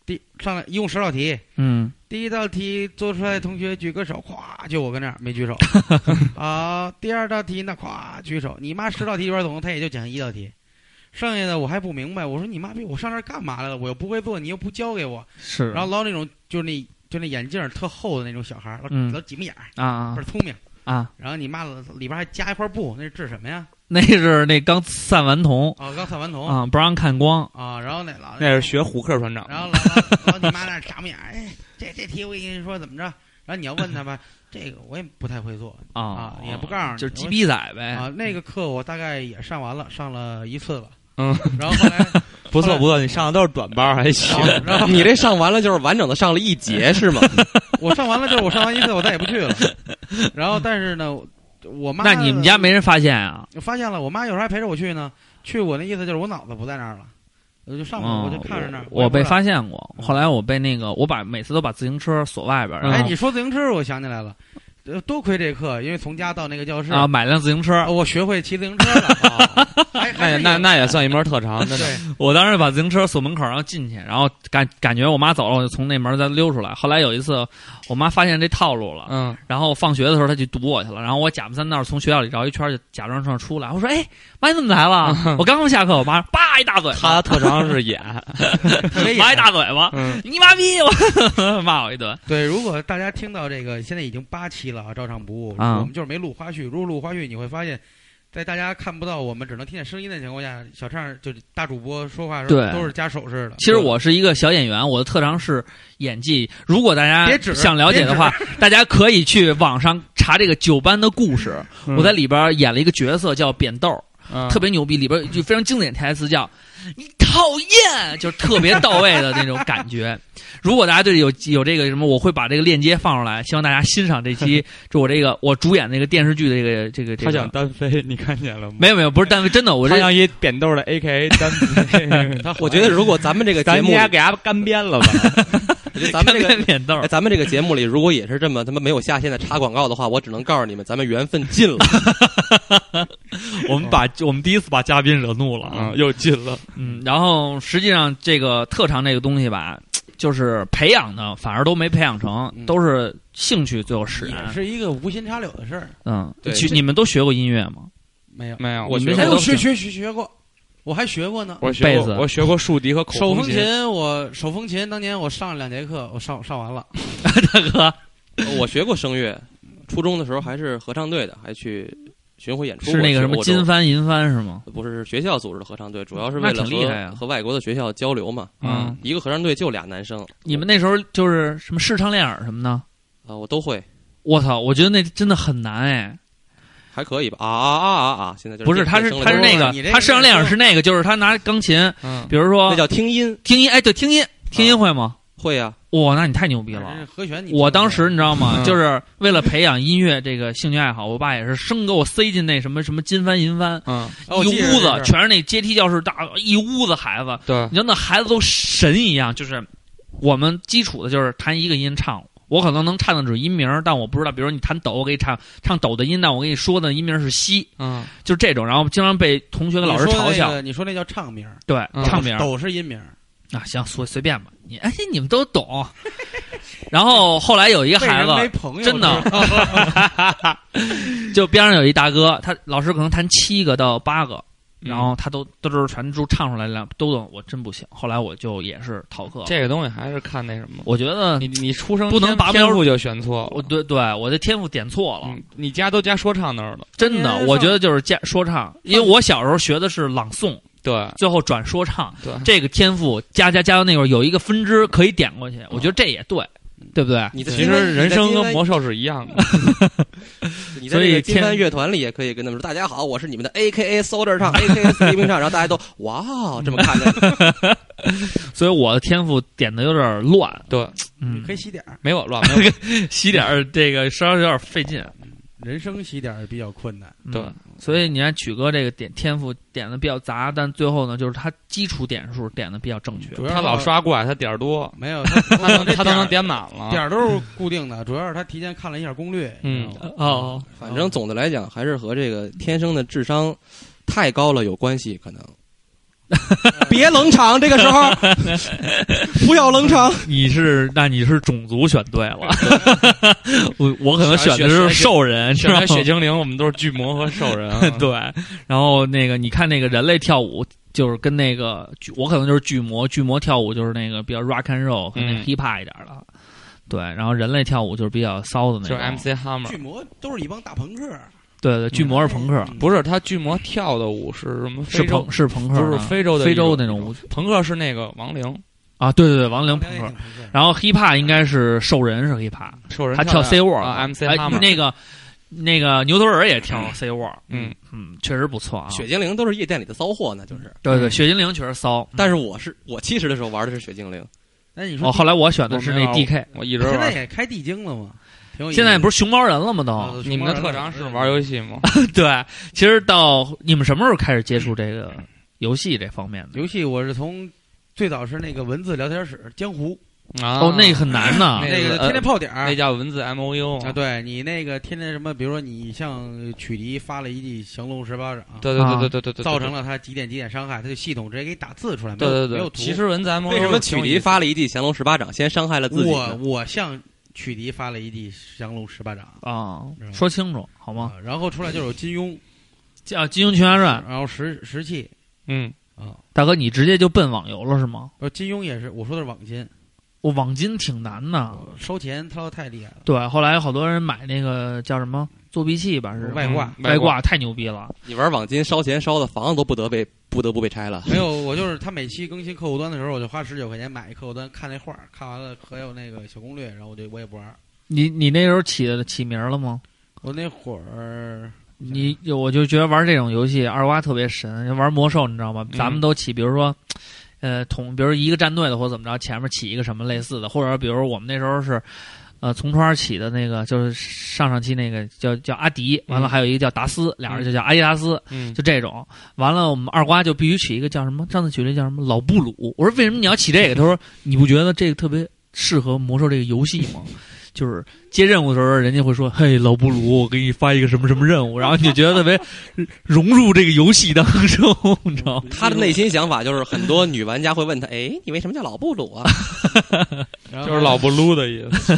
Speaker 5: 第上来一共十道题，
Speaker 3: 嗯，
Speaker 5: 第一道题做出来，同学举个手，咵，就我跟这儿没 举手。啊，第二道题呢，咵举手。你妈十道题里边总共他也就讲一道题，剩下的我还不明白。我说你妈逼，我上这儿干嘛来了？我又不会做，你又不教给我。
Speaker 3: 是。啊
Speaker 5: 然后捞那种就是那就那眼镜儿特厚的那种小孩儿，老
Speaker 3: 嗯
Speaker 5: 老挤眉眼儿，
Speaker 3: 啊啊
Speaker 5: 倍儿聪明。
Speaker 3: 啊，
Speaker 5: 然后你妈里边还加一块布，那是治什么呀？
Speaker 3: 那是那刚散完瞳
Speaker 5: 啊，刚散完瞳
Speaker 3: 啊，不让看光
Speaker 5: 啊，然后那老
Speaker 7: 那是学胡克船长。
Speaker 5: 然后老老老你妈那儿眨巴眼儿，哎，这这题我跟你说怎么着？然后你要问他吧，这个我也不太会做
Speaker 3: 啊
Speaker 5: 也不告诉你
Speaker 3: 就是鸡逼仔呗
Speaker 5: 啊。那个课我大概也上完了，上了一次了。
Speaker 7: 嗯，
Speaker 5: 然后后 来，
Speaker 4: 不错不错，你上的都是短班，还行。
Speaker 5: 然后然后
Speaker 6: 你这上完了就是完整的上了一节是 吗？
Speaker 5: 我上完了，就是我上完一次，我再也不去了。然后，但是呢，我妈
Speaker 3: 那你们家没人发现啊？
Speaker 5: 发现了，我妈有时候还陪着我去呢。去我那意思就是我脑子不在那儿了，我就上
Speaker 3: 嗯
Speaker 5: 我就看着那儿。
Speaker 3: 我
Speaker 5: 也不知
Speaker 3: 被
Speaker 5: 道嗯
Speaker 3: 发现过，后来我被那个我把每次都把自行车锁外边，然
Speaker 5: 哎，
Speaker 3: 后
Speaker 5: 你说自行车，我想起来了，呃多亏这课，因为从家到那个教室
Speaker 3: 啊，买辆自行车
Speaker 5: 啊，我学会骑自行车了。哦 还还
Speaker 3: 哎
Speaker 7: 那也
Speaker 5: 是
Speaker 7: 那
Speaker 5: 有
Speaker 7: 那也算一门特长，真的。
Speaker 5: 对，
Speaker 3: 我当时把自行车锁门口，然后进去，然后感感觉我妈走了，我就从那门再溜出来。后来有一次，我妈发现这套路了，
Speaker 7: 嗯，
Speaker 3: 然后放学的时候她去堵我去了，然后我假模三道从学校里绕一圈，就假装上出来。我说：“哎，妈，你怎么来了？ 我刚刚下课，我妈叭一大嘴
Speaker 7: 他
Speaker 3: 巴，
Speaker 7: 的特长是演，
Speaker 5: 特别
Speaker 3: 妈一
Speaker 5: 野
Speaker 3: 大嘴 巴，
Speaker 7: 嗯，
Speaker 3: 你妈逼我， 骂我一顿。
Speaker 5: 对，如果大家听到这个，现在已经八期了啊，照常不误。
Speaker 3: 啊
Speaker 5: 我们就是没录花絮，如果录花絮，你会发现，在大家看不到我们，只能听见声音的情况下，小畅就是大主播说话的时
Speaker 3: 对
Speaker 5: 候都是加手势的。
Speaker 3: 其实我是一个小演员，我的特长是演技。如果大家
Speaker 5: 别指
Speaker 3: 想了解的话， 大家可以去网上查这个九班的故事。
Speaker 5: 嗯
Speaker 7: 嗯
Speaker 3: 我在里边演了一个角色叫扁豆，特别牛逼，里边有一句非常经典台词叫“你讨厌”，就是特别到位的那种感觉。如果大家对有有这个什么，我会把这个链接放出来，希望大家欣赏这期，就我这个我主演那个电视剧的这个这个这
Speaker 7: 他想
Speaker 3: 个。
Speaker 7: 单飞，你看见了吗？
Speaker 3: 没有没有，不是单位，真的，我
Speaker 7: 他
Speaker 3: 这
Speaker 7: 想一扁豆的 A K A 单 飞，他
Speaker 6: 我觉得如果咱们这个节
Speaker 7: 咱
Speaker 6: 目，
Speaker 7: 家给他干编 了吧？
Speaker 6: 我 觉得咱们这
Speaker 3: 看
Speaker 6: 个。
Speaker 3: 扁豆
Speaker 6: 哎，咱们这个节目里，如果也是这么他妈没有下线的插广告的话，我只能告诉你们，咱们缘分 尽了。
Speaker 3: 我们把我们第一次把嘉宾惹怒了
Speaker 7: 啊，又进了，
Speaker 3: 嗯，然后实际上这个特长这个东西吧，就是培养的，反而都没培养成，
Speaker 6: 嗯
Speaker 3: 都是兴趣最后使
Speaker 5: 也
Speaker 3: 然。
Speaker 5: 是一个无心插柳的事儿，
Speaker 3: 嗯，
Speaker 6: 对
Speaker 3: 其
Speaker 6: 这
Speaker 3: 你们都学过音乐吗？
Speaker 5: 没有。
Speaker 7: 没有，
Speaker 6: 我
Speaker 7: 你
Speaker 6: 学
Speaker 7: 们
Speaker 5: 哎，
Speaker 3: 过
Speaker 5: 我学学学学过，我还学过呢。
Speaker 7: 我学
Speaker 3: 贝斯
Speaker 7: 过，我学过竖笛和口
Speaker 5: 手风
Speaker 7: 风
Speaker 5: 琴，我手风琴当年我上了两节课，我上上完了。
Speaker 3: 大哥，
Speaker 6: 我学过声乐，初中的时候还是合唱队的，还去巡回演出过。
Speaker 3: 是那个什
Speaker 6: 去
Speaker 3: 么
Speaker 6: 欧洲
Speaker 3: 金帆银帆是吗？
Speaker 6: 不是是学校组织的合唱队，主要是
Speaker 3: 那
Speaker 6: 为了
Speaker 3: 挺厉害啊
Speaker 6: 和和外国的学校交流嘛。
Speaker 3: 嗯，
Speaker 6: 一个合唱队就俩男生，
Speaker 3: 你们那时候就是什么视唱练耳什么的？
Speaker 6: 啊，我都会，
Speaker 3: 我操，我觉得那真的很难哎。
Speaker 6: 还可以吧？啊啊啊啊啊！现在就是
Speaker 3: 不是，他
Speaker 6: 变
Speaker 3: 是
Speaker 6: 声了
Speaker 3: 他是
Speaker 6: 就是
Speaker 3: 那个
Speaker 5: 你这，个
Speaker 3: 他视唱练耳是那个，就是他拿钢琴，
Speaker 7: 嗯，
Speaker 3: 比如
Speaker 6: 那
Speaker 3: 说
Speaker 6: 叫听音，
Speaker 3: 听音，哎，对，听音，听音会吗？
Speaker 6: 会啊呀。
Speaker 3: 哇， 那你太牛逼了
Speaker 5: 反！正和哎弦你听过
Speaker 3: 我当时你知道吗？
Speaker 7: 嗯
Speaker 3: 就是为了培养音乐这个兴趣爱好，我爸也是生给我塞进那什么什么金帆银帆，
Speaker 7: 嗯，
Speaker 5: 哦我
Speaker 3: 一
Speaker 5: 记着
Speaker 3: 屋子
Speaker 5: 这事儿
Speaker 3: 全是那阶梯教室大一屋子孩子，
Speaker 7: 对
Speaker 3: 你，知道那孩子都神一样，就是我们基础的就是弹一个音唱。我可能能唱的只是音名儿，但我不知道。比如说你弹抖，我给你唱唱抖的音，但我跟你说的音名是西，
Speaker 7: 嗯，
Speaker 3: 就是这种。然后经常被同学跟老师
Speaker 5: 你说
Speaker 3: 嘲笑
Speaker 5: 那。个你说那叫唱名儿，
Speaker 3: 对，
Speaker 7: 嗯
Speaker 3: 唱名儿
Speaker 5: 抖是音名儿，
Speaker 3: 啊，行，随随便吧。你哎，你们都懂。 然后后来有一个
Speaker 5: 为
Speaker 3: 孩
Speaker 5: 人
Speaker 3: 子，
Speaker 5: 没朋友
Speaker 3: 真的
Speaker 5: 知道吗
Speaker 3: 就边上有一大哥，他老师可能弹七个到八个，
Speaker 5: 嗯
Speaker 3: 然后他都都都全都唱出来了，都懂，我真不行。后来我就也是逃课，
Speaker 7: 这个东西还是看那什么，
Speaker 3: 我觉得
Speaker 7: 你你出生
Speaker 3: 不能
Speaker 7: 天
Speaker 3: 拔苗
Speaker 7: 天赋就选错
Speaker 3: 我
Speaker 7: 了，
Speaker 3: 对对我的天赋点错了，
Speaker 7: 嗯，你家都加说唱那儿了，
Speaker 3: 真的，
Speaker 5: 嗯
Speaker 3: 我觉得就是加说唱，因为我小时候学的是朗诵，
Speaker 7: 对
Speaker 3: 最后转说唱，
Speaker 7: 对，
Speaker 3: 这个天赋加加加到那会儿有一个分支可以点
Speaker 7: 嗯
Speaker 3: 过去，我觉得这也对，对不对？
Speaker 6: 你的
Speaker 7: 其实人生跟魔
Speaker 6: 术，
Speaker 7: 兽是一样的，
Speaker 6: 你在
Speaker 3: 所以
Speaker 6: 这个金
Speaker 3: 天
Speaker 6: 帆乐团里也可以跟他们说：“大家好，我是你们的 A K A Solder 唱 A K A Sleeping 唱。”然后大家都哇哦这么看着，
Speaker 3: 所以我的天赋点的有点乱，
Speaker 7: 对，
Speaker 3: 嗯，
Speaker 5: 可以洗点儿，
Speaker 7: 没有乱，没有
Speaker 3: 洗点儿这个稍微有点费劲，
Speaker 5: 人生洗点儿比较困难。
Speaker 3: 嗯
Speaker 7: 对，
Speaker 3: 所以你看曲哥这个点天赋点的比较杂，但最后呢，就是他基础点数点的比较正确。
Speaker 5: 主要
Speaker 7: 他老
Speaker 5: 是
Speaker 7: 刷怪，他点儿多，
Speaker 5: 没有，他
Speaker 7: 他能
Speaker 5: 这
Speaker 7: 他都
Speaker 5: 点儿
Speaker 7: 能点满了，
Speaker 5: 点儿都是固定的，主要是他提前看了一下攻略。
Speaker 7: 嗯
Speaker 5: 你知道吗，
Speaker 3: 哦，
Speaker 6: 反正总的来讲还是和这个天生的智商太高了有关系，可能。别冷场，这个时候不要冷场。
Speaker 3: 你是那你是种族选对 了，我我可能选的是兽人，
Speaker 7: 选择
Speaker 3: 知道
Speaker 7: 血
Speaker 3: 吗，
Speaker 7: 精灵，我们都是巨魔和兽人啊
Speaker 3: 对，然后那个你看那个人类跳舞。就是跟那个巨，我可能就是巨魔，巨魔跳舞就是那个比较 rock and roll 和那
Speaker 7: 嗯
Speaker 3: hip hop 一点的，对。然后人类跳舞就是比较骚的那
Speaker 7: 就
Speaker 3: 种
Speaker 7: 是，MC Hammer
Speaker 5: 巨。魔都是一帮大朋克，嗯
Speaker 3: 对对，巨魔是朋克，
Speaker 7: 啊不是他巨魔跳的舞是什么？
Speaker 3: 是
Speaker 7: 嗯非洲
Speaker 3: 朋是朋克
Speaker 7: 不
Speaker 3: 的，
Speaker 7: 是非洲的
Speaker 3: 非
Speaker 7: 一种
Speaker 3: 洲那种舞曲
Speaker 7: 朋克是那个亡灵，啊
Speaker 3: 啊，对对对，王力宏
Speaker 5: 王良
Speaker 3: 朋
Speaker 5: 也
Speaker 3: 克
Speaker 5: 挺。朋克的
Speaker 3: 然后 hiphop 应该是兽人是 hiphop，
Speaker 7: 兽人
Speaker 3: 他跳 C
Speaker 7: w
Speaker 3: word
Speaker 7: MC
Speaker 3: 哎
Speaker 7: 哈嘛，
Speaker 3: 那个那个牛头人也跳 C word，
Speaker 7: 嗯
Speaker 3: 嗯，确实不错啊。嗯
Speaker 6: 雪精灵都是夜店里的骚货呢，就是。
Speaker 3: 对对，雪精灵确实骚，
Speaker 6: 但
Speaker 3: 是
Speaker 6: 是我是我七十的时候玩的是雪精灵，
Speaker 5: 那你
Speaker 3: 哦，
Speaker 5: 说
Speaker 3: 后来我选的是那
Speaker 7: 我没玩
Speaker 3: DK，
Speaker 7: 我一直
Speaker 5: 现在
Speaker 7: 玩。
Speaker 5: 也开地精了吗？挺有意思的
Speaker 3: 现在不是熊猫人了吗？
Speaker 5: 啊
Speaker 3: 都
Speaker 5: 熊
Speaker 7: 哦你们
Speaker 5: 猫
Speaker 7: 的
Speaker 5: 人
Speaker 7: 特长是玩游戏吗？
Speaker 3: 对，其实到你们什么时候开始接触这个游戏这方面的？
Speaker 5: 游戏，我是从最早是那个文字聊天室江湖，
Speaker 7: 啊，
Speaker 3: 哦，那个很难呢
Speaker 7: 那。
Speaker 5: 那
Speaker 7: 个呃
Speaker 5: 个天天泡点
Speaker 7: 那
Speaker 5: 儿。
Speaker 7: 叫文字 M O U
Speaker 5: 啊，对你那个天天什么，比如说你向曲迪发了一记降龙十八掌，
Speaker 7: 对对对对对对对，
Speaker 5: 造成了他几点几点伤害，他就系统直接给你打字出来，没
Speaker 7: 对
Speaker 5: 有
Speaker 7: 对
Speaker 5: 没有
Speaker 7: 对。
Speaker 5: 图。
Speaker 7: 其实文字 M O U
Speaker 6: 为什么曲迪发了一记降龙十八掌，先伤害了自己
Speaker 5: 我
Speaker 6: 呢？
Speaker 5: 我向曲迪发了一记降龙十八掌
Speaker 3: 啊，说清楚好吗？
Speaker 5: 啊，然后出来就是有 金庸，
Speaker 3: 叫《金庸群侠
Speaker 6: 啊
Speaker 3: 传
Speaker 5: 然后石石器，》，
Speaker 7: 嗯，
Speaker 3: 大哥，你直接就奔网游了是吗？
Speaker 5: 呃，金庸也是，我说的是网金，
Speaker 3: 我网金挺难
Speaker 6: 啊
Speaker 3: 的，
Speaker 5: 收钱掏的太厉害了，
Speaker 3: 对，后来有好多人买那个叫什么作弊器吧，是
Speaker 5: 外挂。
Speaker 3: 外挂太牛逼了。
Speaker 6: 你玩网金烧钱烧的房子都不得被不得不被拆了。
Speaker 5: 没有，我就是他每期更新客户端的时候，我就花十九块钱买一客户端看那画儿，看完了还有那个小攻略，然后我就我也不玩儿。
Speaker 3: 你你那时候起的起名了吗？
Speaker 5: 我那会儿
Speaker 7: 嗯
Speaker 3: 你我就觉得玩这种游戏二瓜特别神，玩魔兽你知道吗？
Speaker 7: 嗯
Speaker 3: 咱们都起，比如说，呃，统，比如一个战队的或者怎么着，前面起一个什么类似的，或者比如我们那时候是，呃，从川起的那个就是上上期那个叫叫阿迪，完了
Speaker 7: 嗯
Speaker 3: 还有一个叫达斯，俩人就叫阿迪达斯，
Speaker 7: 嗯，
Speaker 3: 就这种。完了，我们二瓜就必须起一个叫什么？上次举例叫什么？老布鲁。我说为什么你要起这个？他说你不觉得这个特别适合魔兽这个游戏吗？就是接任务的时候，人家会说：“嘿，老布鲁，我给你发一个什么什么任务。”然后你就觉得特别融入这个游戏当中，你知道吗？
Speaker 6: 他的内心想法就是，很多女玩家会问他：“哎，你为什么叫老布鲁啊
Speaker 5: 然后
Speaker 7: 就是老不撸的意思。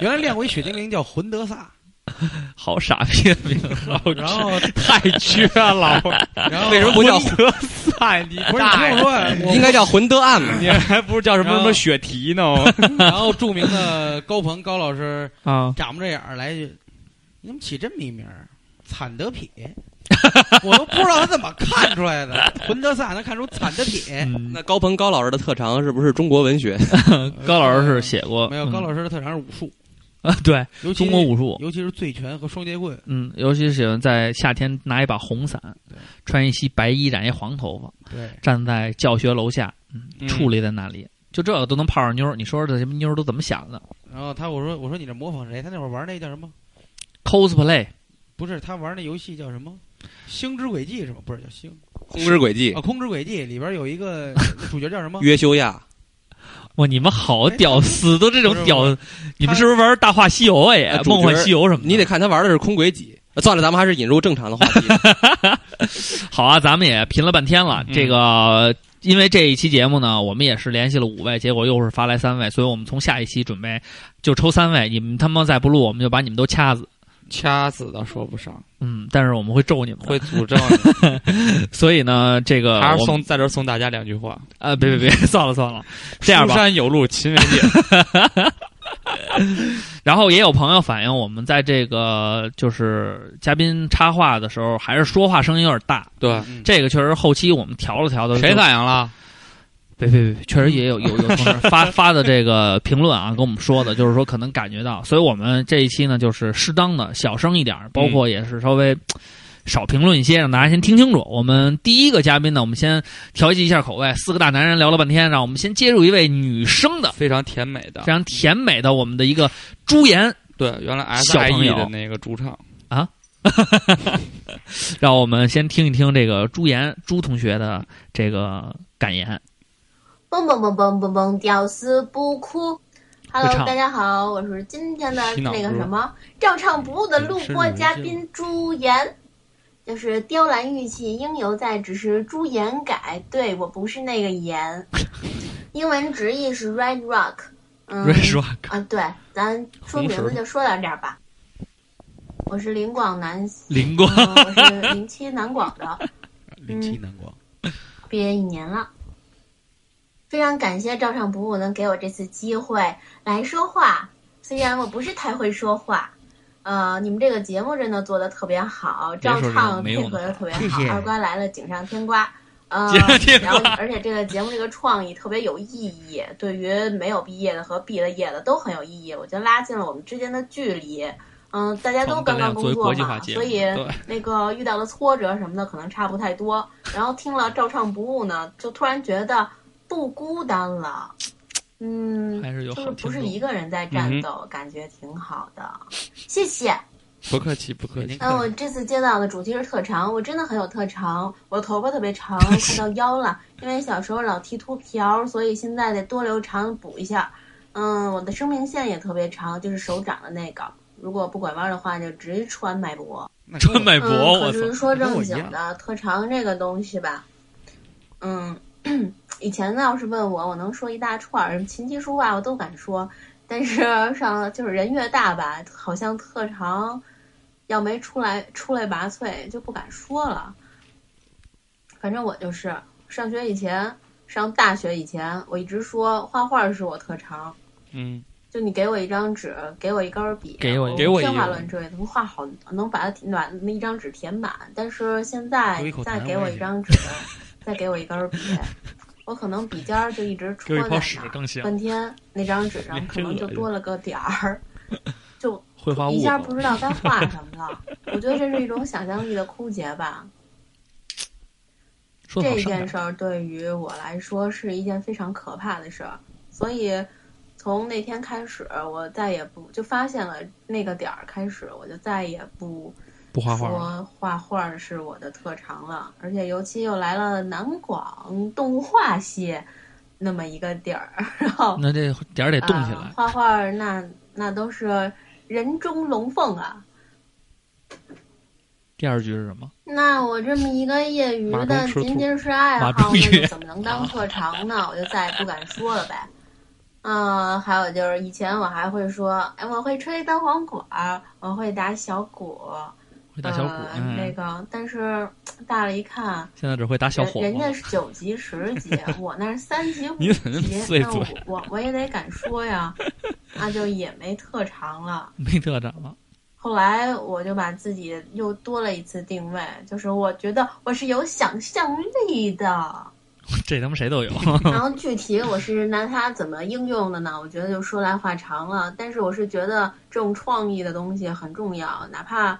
Speaker 5: 原来练过一雪精灵叫魂德萨，
Speaker 3: 好傻逼的名字，
Speaker 5: 然后
Speaker 3: 太缺了。
Speaker 5: 然后
Speaker 6: 为什么不叫
Speaker 7: 德赛，你
Speaker 5: 不是你听我说啊，？”
Speaker 6: 应
Speaker 5: 我
Speaker 6: 该叫魂德暗
Speaker 3: 嗯
Speaker 6: 嘛。
Speaker 7: 你还不如叫什么什么雪蹄呢？
Speaker 5: 然后著名的高鹏高老师
Speaker 3: 啊！
Speaker 5: 眨不着眼儿来一句：“你怎么起这么一名儿？啊惨德 撇。”我都不知道他怎么看出来的，魂德萨能看出惨德撇。
Speaker 3: 嗯，
Speaker 6: 那高鹏高老师的特长是不是中国文学？
Speaker 3: 高老师是写过，
Speaker 5: 嗯没有高
Speaker 3: 师
Speaker 5: 老师的特长是武术，
Speaker 3: 啊， 对，
Speaker 5: 尤其
Speaker 3: 中国武术，
Speaker 5: 尤其是醉拳和双截棍。
Speaker 3: 嗯，尤其喜欢在夏天拿一把红伞
Speaker 5: 对，
Speaker 3: 穿一袭白衣，染一黄头发，
Speaker 5: 对，
Speaker 3: 站在教学楼下，嗯，
Speaker 7: 嗯
Speaker 3: 矗立在那里，就这个都能泡上妞儿，你说说这些妞儿都怎么想的
Speaker 5: 然后他我说我说你这模仿谁？他那会儿玩那叫什么？
Speaker 3: ？cosplay
Speaker 5: 不是他玩那游戏叫什么？星之轨迹是吧？不是叫星
Speaker 6: 空之轨迹
Speaker 7: 哦
Speaker 5: 啊，，空之轨迹里边有一个 主角叫什么？
Speaker 6: 约修亚，
Speaker 3: 哇，你们好
Speaker 5: 哎
Speaker 3: 屌丝，都这种
Speaker 5: 不是
Speaker 3: 屌，你们是不是玩《大话西游》啊？也
Speaker 6: 呃
Speaker 3: 《
Speaker 6: 主角
Speaker 3: 梦幻西游》
Speaker 7: 嗯
Speaker 3: 什么的？
Speaker 6: 你得看他玩的是空轨几。呃算了，咱们还是引入正常的话 题。
Speaker 3: 好啊，咱们也贫了半天了，
Speaker 7: 嗯
Speaker 3: 这个。因为这一期节目呢，我们也是联系了五位，结果又是发来三位，所以我们从下一期准备就抽三位。你们他妈再不录，我们就把你们都掐死。
Speaker 7: 掐死倒说不上，
Speaker 3: 嗯，但是我们会咒你们的。
Speaker 7: 会诅咒你。
Speaker 3: 所以呢，这个
Speaker 7: 还是
Speaker 3: 我们
Speaker 7: 送在这儿送大家两句话：
Speaker 3: 啊，别别 别，算了算了，这样
Speaker 7: 书
Speaker 3: 吧。
Speaker 7: 山有路勤为径。
Speaker 3: 然后也有朋友反映，我们在这个就是嘉宾插话的时候，还是说话声音有点大。
Speaker 7: 对，
Speaker 5: 嗯
Speaker 3: 这个确实后期我们调了调的。
Speaker 7: 谁反应了？
Speaker 3: 别别别， 确实也有有有同事发发的这个评论啊，跟我们说的，就是说可能感觉到，所以我们这一期呢，就是适当的小声一点，包括也是稍微。少评论一些，让大家先听清楚。我们第一个嘉宾呢，我们先调剂一下口味。四个大男人聊了半天，让我们先接入一位女生的
Speaker 7: 非常甜美的
Speaker 3: 非。常甜美的我们的一个朱颜，
Speaker 7: 对，原来
Speaker 3: 小
Speaker 7: S I
Speaker 3: 朋
Speaker 7: E
Speaker 3: 友
Speaker 7: 的那个主唱，
Speaker 3: 让我们先听一听这个朱颜朱同学的这个感言。
Speaker 8: 蹦蹦蹦蹦蹦蹦，屌丝不哭。Hello，
Speaker 3: 会唱
Speaker 8: 大家好，我是今天的
Speaker 7: 洗脑
Speaker 8: 那个
Speaker 7: 歌
Speaker 8: 什么照唱不误的录播嘉
Speaker 7: 是
Speaker 8: 宾朱颜，就是雕栏玉砌应犹在，只是朱颜改。对我不是那个 颜，英文直译是 Red Rock。嗯，
Speaker 3: Red Rock
Speaker 8: 啊，对，咱说
Speaker 7: 红
Speaker 8: 名
Speaker 7: 绳
Speaker 8: 字就说到这儿吧。我是林广南，
Speaker 3: 林光，
Speaker 8: 嗯我是临期南广的。
Speaker 5: 零七南光，
Speaker 8: 毕业一年了，非常感谢照常不误能给我这次机会来说话。虽然我不是太会说话，呃，你们这个节目真的做的特别好，
Speaker 3: 别
Speaker 8: 照
Speaker 3: 说这种
Speaker 8: 唱
Speaker 3: 没
Speaker 8: 配
Speaker 3: 用的
Speaker 8: 合的特别好。
Speaker 5: 谢 谢
Speaker 8: 二瓜来了，锦上添花。呃
Speaker 3: 接着接，着
Speaker 8: 然后而且这个节目这个创意特别有意义，对于没有毕业的和毕了业的都很有意义，我觉得拉近了我们之间的距离。嗯、大家
Speaker 3: 我
Speaker 8: 都
Speaker 3: 们本
Speaker 8: 刚
Speaker 3: 来
Speaker 8: 刚
Speaker 3: 想作
Speaker 8: 工
Speaker 3: 为
Speaker 8: 作
Speaker 3: 国际化
Speaker 8: 嘛，
Speaker 3: 节目，
Speaker 8: 所以
Speaker 3: 对，
Speaker 8: 那个遇到的挫折什么的可能差不太多。然后听了照唱不误呢，就突然觉得不孤单了，嗯，
Speaker 3: 还是有
Speaker 8: 就是
Speaker 3: 好
Speaker 8: 不
Speaker 3: 听
Speaker 8: 是
Speaker 3: 众。嗯
Speaker 8: 一个人在战斗，感觉挺好的。谢谢。
Speaker 7: 不客气不客气。
Speaker 8: 嗯，我这次接到的主题是特长，我真的很有特长，我的头发特别 长，快到腰了，因为小时候老剃秃瓢，所以现在得多留长补一下。嗯，我的生命线也特别长，就是手掌的那个，如果不拐弯的话，就直接穿脉搏。
Speaker 5: 那跟
Speaker 3: 穿
Speaker 5: 我
Speaker 3: 脉搏，
Speaker 8: 嗯，可
Speaker 3: 我操！
Speaker 8: 是说正
Speaker 5: 跟我
Speaker 8: 经
Speaker 5: 一
Speaker 8: 的特长这个东西吧，嗯，以前呢要是问我，我能说一大串儿，琴棋书画我都敢说，但是上了就是人越大吧，好像特长要没出来出类拔萃就不敢说了。反正我就是上学以前，上大学以前，我一直说画画是我特长。
Speaker 7: 嗯，
Speaker 8: 就你给我一张纸，给我一根笔，
Speaker 3: 给我一
Speaker 7: 给我一
Speaker 8: 天花
Speaker 7: 个
Speaker 8: 乱坠，能画好，能把它填把那一张纸填满。但是现在
Speaker 5: 有一口
Speaker 8: 再
Speaker 5: 痰
Speaker 8: 给
Speaker 5: 我
Speaker 8: 我
Speaker 5: 也
Speaker 8: 一
Speaker 5: 行
Speaker 8: 张 纸，再给我一根笔，我可能笔尖儿就一直戳
Speaker 3: 给我
Speaker 8: 在
Speaker 3: 一泡屎
Speaker 8: 那儿，
Speaker 3: 更 行，
Speaker 8: 半天那张纸上可能就多了个点 儿，就
Speaker 3: 绘画
Speaker 8: 一
Speaker 3: 物啊
Speaker 8: 下不知 道该画什么了。我觉得这是一种想象力的枯竭 吧。
Speaker 3: 说的好
Speaker 8: 这
Speaker 3: 善
Speaker 8: 件
Speaker 3: 良。
Speaker 8: 事儿对于我来说是一件非常可怕的事儿，所以从那天开始，我再也不就发现了那个点儿开始，我就再也不
Speaker 7: 不画画了，
Speaker 8: 说画画是我的特长了，而且尤其又来了南广动画系那么一个地儿，然后
Speaker 3: 那这点儿得动起
Speaker 8: 啊
Speaker 3: 来，
Speaker 8: 画画那那都是人中龙凤啊，
Speaker 3: 第二句是什么？
Speaker 8: 那我这么一个业余
Speaker 7: 马
Speaker 8: 的
Speaker 7: 中吃
Speaker 8: 仅仅是爱
Speaker 3: 马
Speaker 8: 好，
Speaker 3: 中
Speaker 8: 那
Speaker 3: 鱼
Speaker 8: 就怎么能当特长 呢？我就再也不敢说了呗。嗯，还有就是以前我还会说，哎，我会吹单簧管儿，我会打小鼓，
Speaker 3: 会打小鼓，
Speaker 8: 呃那
Speaker 3: 嗯，
Speaker 8: 个，但是大了一看，
Speaker 3: 现在只会打小
Speaker 8: 人
Speaker 3: 火
Speaker 8: 人家
Speaker 3: 了。
Speaker 8: 是九级、十级，我那是三 级、五级
Speaker 7: 你怎么那么，碎
Speaker 8: 那
Speaker 7: 嘴
Speaker 8: 我我我也得敢说呀，那就也没特长了。
Speaker 3: 没特长了，
Speaker 8: 后来我就把自己又多了一次定位，就是我觉得我是有想象力的。
Speaker 3: 这他妈谁都有。
Speaker 8: 然后具体我是拿它怎么应用的呢？我觉得就说来话长了。但是我是觉得这种创意的东西很重要，哪怕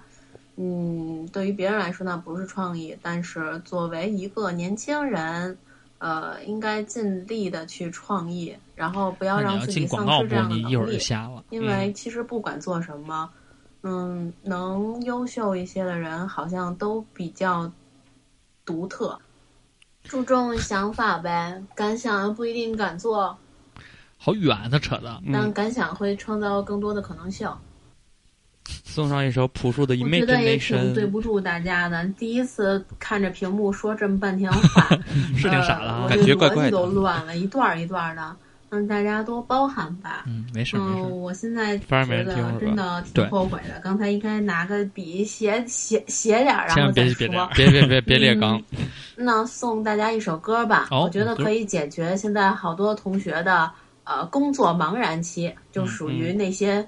Speaker 8: 嗯，对于别人来说那不是创意，但是作为一个年轻人，呃，应该尽力的去创意，然后不要
Speaker 3: 那
Speaker 8: 让
Speaker 3: 你要
Speaker 8: 自
Speaker 3: 进
Speaker 8: 己丧
Speaker 3: 广告
Speaker 8: 失这
Speaker 3: 部，
Speaker 8: 样的
Speaker 3: 你一会
Speaker 8: 能
Speaker 3: 儿就
Speaker 8: 力。
Speaker 3: 瞎了。嗯
Speaker 8: 因为其实不管做什么，嗯，能优秀一些的人好像都比较独特，注重想法呗，敢想不一定敢做，
Speaker 3: 好远，他扯的。
Speaker 8: 但
Speaker 7: 嗯，
Speaker 8: 敢想会创造更多的可能性。
Speaker 7: 送上一首朴树的
Speaker 8: 我觉得也
Speaker 7: Imagination，
Speaker 8: 挺对不住大家的，第一次看着屏幕说这么半天话，
Speaker 3: 是挺傻的啊
Speaker 8: 呃我
Speaker 6: 感觉
Speaker 8: 这
Speaker 6: 怪
Speaker 8: 逻
Speaker 6: 怪
Speaker 8: 辑
Speaker 6: 的
Speaker 8: 都乱了，一段儿一段儿的，嗯，大家多包涵吧。
Speaker 3: 嗯，没事没
Speaker 8: 嗯，
Speaker 3: 事，
Speaker 8: 我现在
Speaker 7: 反正没
Speaker 8: 觉
Speaker 7: 人听
Speaker 8: 得
Speaker 7: 是
Speaker 8: 真
Speaker 7: 吧
Speaker 8: 的挺
Speaker 3: 对
Speaker 8: 后悔的，刚才应该拿个笔写写写点儿，然
Speaker 3: 千
Speaker 8: 后
Speaker 3: 万
Speaker 8: 再
Speaker 3: 别别
Speaker 8: 说
Speaker 3: 这
Speaker 8: 嗯
Speaker 3: 样。
Speaker 7: 别别别别裂缸，
Speaker 8: 那送大家一首歌吧，
Speaker 3: 哦
Speaker 8: 我觉得
Speaker 3: 有歌
Speaker 8: 可以解决现在好多同学的呃工作茫然期，就
Speaker 3: 嗯
Speaker 8: 属于那些，